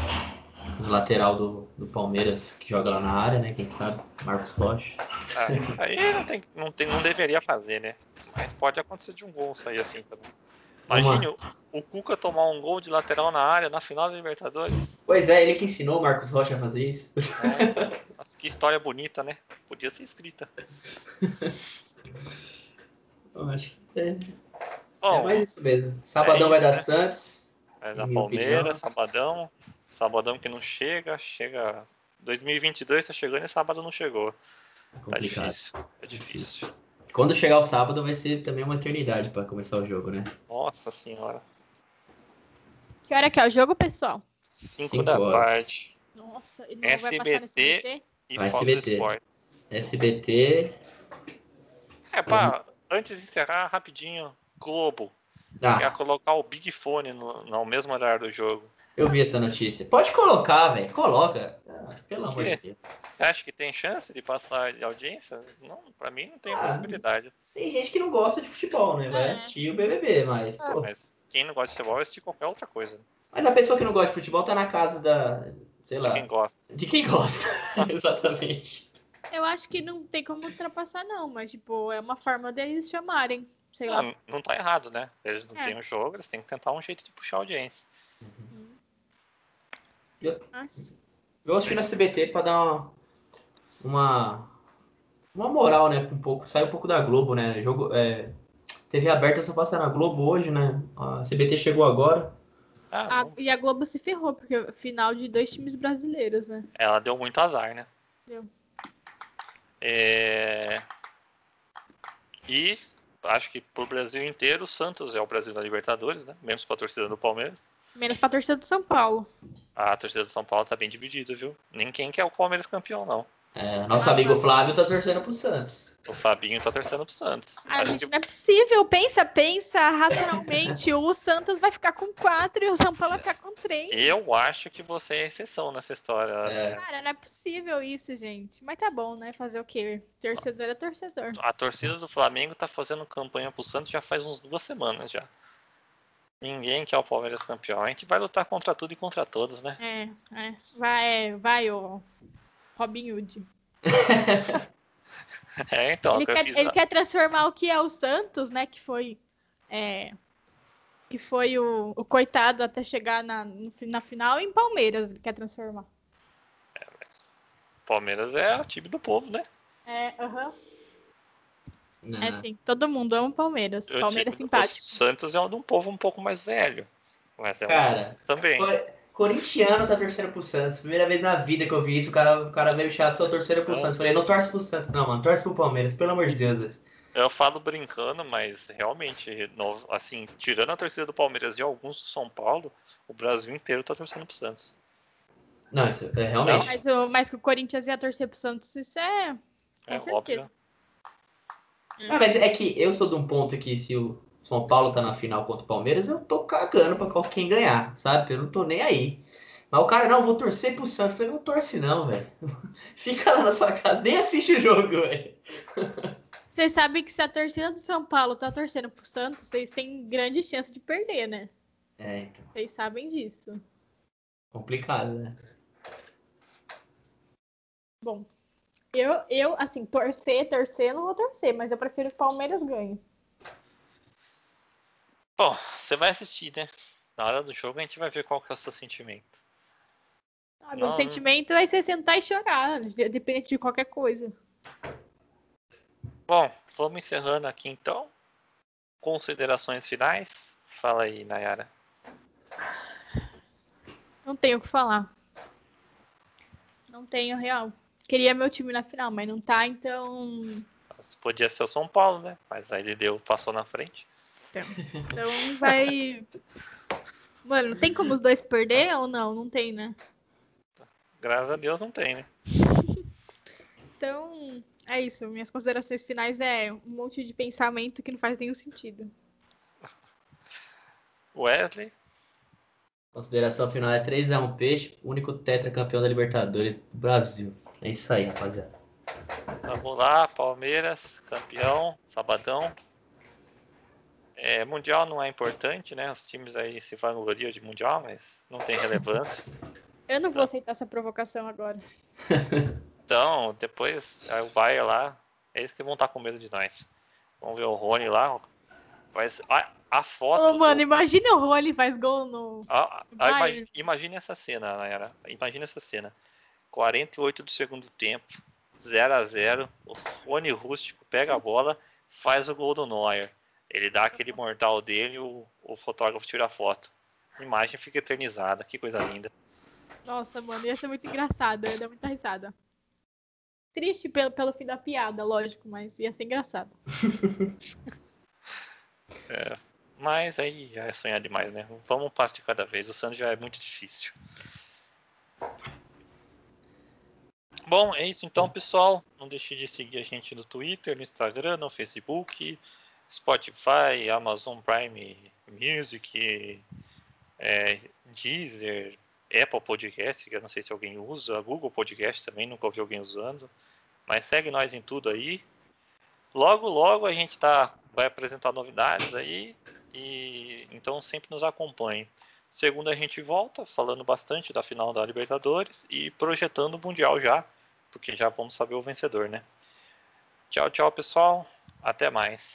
Speaker 6: Os lateral do, do Palmeiras, que joga lá na área, né? Quem sabe? Marcos Rocha.
Speaker 4: Ah, isso aí não, tem, não, tem, não deveria fazer, né? Mas pode acontecer de um gol sair assim também. Imagine o, o Cuca tomar um gol de lateral na área na final da Libertadores.
Speaker 6: Pois é, ele que ensinou o Marcos Rocha a fazer isso. (laughs)
Speaker 4: É, Nossa, que história bonita, né? Podia ser escrita.
Speaker 6: Eu acho que é,
Speaker 4: Bom,
Speaker 6: é mais isso mesmo. Sabadão
Speaker 4: é
Speaker 6: vai dar
Speaker 4: isso,
Speaker 6: Santos.
Speaker 4: Mas na
Speaker 6: Minha
Speaker 4: Palmeiras,
Speaker 6: opinião.
Speaker 4: sabadão. Sabadão que não chega, chega. 2022 tá chegando e sábado não chegou.
Speaker 6: É
Speaker 4: Tá
Speaker 6: complicado.
Speaker 4: difícil. Tá difícil.
Speaker 6: Quando chegar o sábado vai ser também uma eternidade pra começar o jogo, né?
Speaker 4: Nossa senhora.
Speaker 5: Que hora que é o jogo, pessoal?
Speaker 4: 5
Speaker 6: Cinco
Speaker 4: da
Speaker 6: horas.
Speaker 4: tarde.
Speaker 5: Nossa, ele não vai passar no
Speaker 4: SBT.
Speaker 5: SBT?
Speaker 4: E
Speaker 6: Vai se
Speaker 4: Fox
Speaker 6: meter.
Speaker 4: Sports.
Speaker 6: SBT.
Speaker 4: É, pá, antes de encerrar, rapidinho. Globo. Quer
Speaker 6: Ah,
Speaker 4: colocar o Big Fone no, no mesmo horário do jogo.
Speaker 6: eu vi essa notícia. Pode colocar, velho. Coloca. Ah, pelo amor de
Speaker 4: quê?
Speaker 6: Deus.
Speaker 4: Você acha que tem chance de passar de audiência? Não, pra mim não tem
Speaker 6: Ah.
Speaker 4: possibilidade. tá?
Speaker 6: Tem gente que não gosta de futebol, né? Vai
Speaker 5: É.
Speaker 6: assistir o BBB, mas.
Speaker 4: Ah,
Speaker 6: pô,
Speaker 4: mas quem não gosta de futebol vai assistir qualquer outra coisa. né?
Speaker 6: Mas a pessoa que não gosta de futebol tá na casa da, sei
Speaker 4: de
Speaker 6: lá,
Speaker 4: quem gosta.
Speaker 6: de quem gosta, (laughs) exatamente.
Speaker 5: Eu acho que não tem como ultrapassar, não, mas, tipo, é uma forma deles chamarem. Sei lá.
Speaker 4: Ah, não tá errado, né? Eles não
Speaker 5: É.
Speaker 4: têm o jogo, eles têm que tentar um jeito de puxar audiência. Ah,
Speaker 5: Mas...
Speaker 6: Eu assisti no SBT pra dar uma, uma, uma moral, né, um pouco, sai um pouco da Globo, né, jogo, é, TV aberta só passa na Globo hoje, né, a SBT chegou agora,
Speaker 4: Ah,
Speaker 5: A-
Speaker 4: não-
Speaker 5: e a Globo se ferrou, porque é final de dois times brasileiros, né?
Speaker 4: ela deu muito azar, né?
Speaker 5: Deu.
Speaker 4: É... E acho que pro Brasil inteiro, o Santos é o Brasil da Libertadores, né? Menos pra torcida do Palmeiras.
Speaker 5: Menos pra torcida do São Paulo.
Speaker 4: A torcida do São Paulo tá bem dividida, viu? Ninguém quer o Palmeiras campeão, não.
Speaker 6: é, nosso amigo Flávio tá torcendo pro Santos. (laughs)
Speaker 4: O Fabinho tá torcendo pro Santos.
Speaker 5: A
Speaker 4: acho
Speaker 5: gente
Speaker 4: que
Speaker 5: não é possível. Pensa, pensa racionalmente. (laughs) o Santos vai ficar com quatro e o São Paulo vai ficar com três.
Speaker 4: eu acho que você é exceção nessa história.
Speaker 6: É.
Speaker 4: né?
Speaker 5: Cara, não é possível isso, gente. Mas tá bom, né? Fazer o quê? Torcedor é torcedor.
Speaker 4: A torcida do Flamengo tá fazendo campanha pro Santos já faz uns duas semanas já. Ninguém quer o Palmeiras campeão. A gente vai lutar contra tudo e contra todos, né? (laughs)
Speaker 5: É, é. Vai, é, vai, ô. Robin Hood.
Speaker 4: É, então,
Speaker 5: ele,
Speaker 4: o que eu
Speaker 5: quer,
Speaker 4: fiz
Speaker 5: ele
Speaker 4: lá-
Speaker 5: quer transformar o que é o Santos, né? Que foi. é, que foi o, o coitado até chegar na, no fi- na final em Palmeiras. Ele quer transformar.
Speaker 4: Palmeiras é o time do povo, né?
Speaker 5: É, aham.
Speaker 6: Né?
Speaker 5: É sim, todo mundo ama o Palmeiras.
Speaker 4: Eu
Speaker 5: Palmeiras
Speaker 4: digo, O
Speaker 5: simpático.
Speaker 4: Santos é um de um povo um pouco mais velho. Mas é um
Speaker 6: Cara,
Speaker 4: também.
Speaker 6: Cor- Corintiano tá torcendo pro Santos. Primeira vez na vida que eu vi isso, o cara, o cara veio me chamar, sou torcendo pro
Speaker 4: É.
Speaker 6: Santos. Falei, não torce pro Santos, não, mano. Torce pro Palmeiras, pelo amor de Deus. Zé.
Speaker 4: Eu falo brincando, mas realmente, no- assim, tirando a torcida do Palmeiras e alguns do São Paulo, o Brasil inteiro tá torcendo pro Santos.
Speaker 6: Não, isso é realmente.
Speaker 5: Mas, o, mas que o Corinthians ia torcer pro Santos, isso é. Com
Speaker 4: É
Speaker 5: certeza.
Speaker 4: óbvio.
Speaker 6: Ah, mas é que eu sou de um ponto que se o São Paulo tá na final contra o Palmeiras, eu tô cagando pra qual- quem ganhar, sabe? Eu não tô nem aí. Mas o cara, não, vou torcer pro Santos. Eu Falei, não torce não, velho. (laughs) Fica lá na sua casa, nem assiste o jogo, velho.
Speaker 5: Vocês sabem que se a torcida do São Paulo tá torcendo pro Santos, vocês têm grande chance de perder, né?
Speaker 6: É, então.
Speaker 5: Vocês sabem disso.
Speaker 6: Complicado, né?
Speaker 5: Bom, eu, eu assim, torcer, torcer, eu não vou torcer, mas eu prefiro que o Palmeiras ganhe.
Speaker 4: Bom, você vai assistir, né? Na hora do jogo a gente vai ver qual que é o seu sentimento.
Speaker 5: Ah, meu
Speaker 4: Não,
Speaker 5: sentimento vai ser sentar e chorar, de- depende de qualquer coisa.
Speaker 4: Bom, vamos encerrando aqui então. Considerações finais? Fala aí, Nayara.
Speaker 5: Não tenho o que falar. Não tenho real. Queria meu time na final, mas não tá, então.
Speaker 4: Podia ser o São Paulo, né? Mas aí ele deu, passou na frente.
Speaker 5: Então vai. (laughs) Mano, tem como os dois perder ou não? Não tem, né?
Speaker 4: Graças a Deus não tem, né?
Speaker 5: Então, é isso. Minhas considerações finais é um monte de pensamento que não faz nenhum sentido.
Speaker 4: Wesley,
Speaker 6: Consideração final é 3x1 Peixe, único tetracampeão da Libertadores do Brasil. É isso aí, rapaziada.
Speaker 4: vamos lá, Palmeiras, campeão, sabadão. É, mundial não é importante, né? Os times aí se vangloriam de mundial, mas não tem relevância.
Speaker 5: Eu não vou aceitar essa provocação agora.
Speaker 4: Então, depois aí o Bayer lá, é eles que vão estar com medo de nós. Vamos ver o Rony lá. Mas a, a foto.
Speaker 5: Ô,
Speaker 4: do-
Speaker 5: mano, imagina o Rony faz gol no.
Speaker 4: a- a-
Speaker 5: Bayer.
Speaker 4: Ah, imagi- imagina essa cena, Nayara. Imagina essa cena. 48 do segundo tempo, 0 a 0 O Rony Rústico pega a bola, faz o gol do Neuer. Ele dá aquele mortal dele e o, o fotógrafo tira a foto. A imagem fica eternizada, que coisa linda.
Speaker 5: Nossa, mano, ia ser muito engraçado. Ia dar muita risada. Triste pelo, pelo fim da piada, lógico, mas ia ser engraçado.
Speaker 4: Mas aí já é sonhar demais, né? Vamos um passo de cada vez. O Santos já é muito difícil. Bom, é isso então, pessoal. Não deixe de seguir a gente no Twitter, no Instagram, no Facebook, Spotify, Amazon Prime Music, é, Deezer, Apple Podcast, que eu não sei se alguém usa, Google Podcast também, nunca ouvi alguém usando. Mas segue nós em tudo aí. Logo, logo a gente tá, vai apresentar novidades aí. E então sempre nos acompanhe. Segunda, a gente volta falando bastante da final da Libertadores e projetando o Mundial já, porque já vamos saber o vencedor, né? Tchau, tchau, pessoal. Até mais.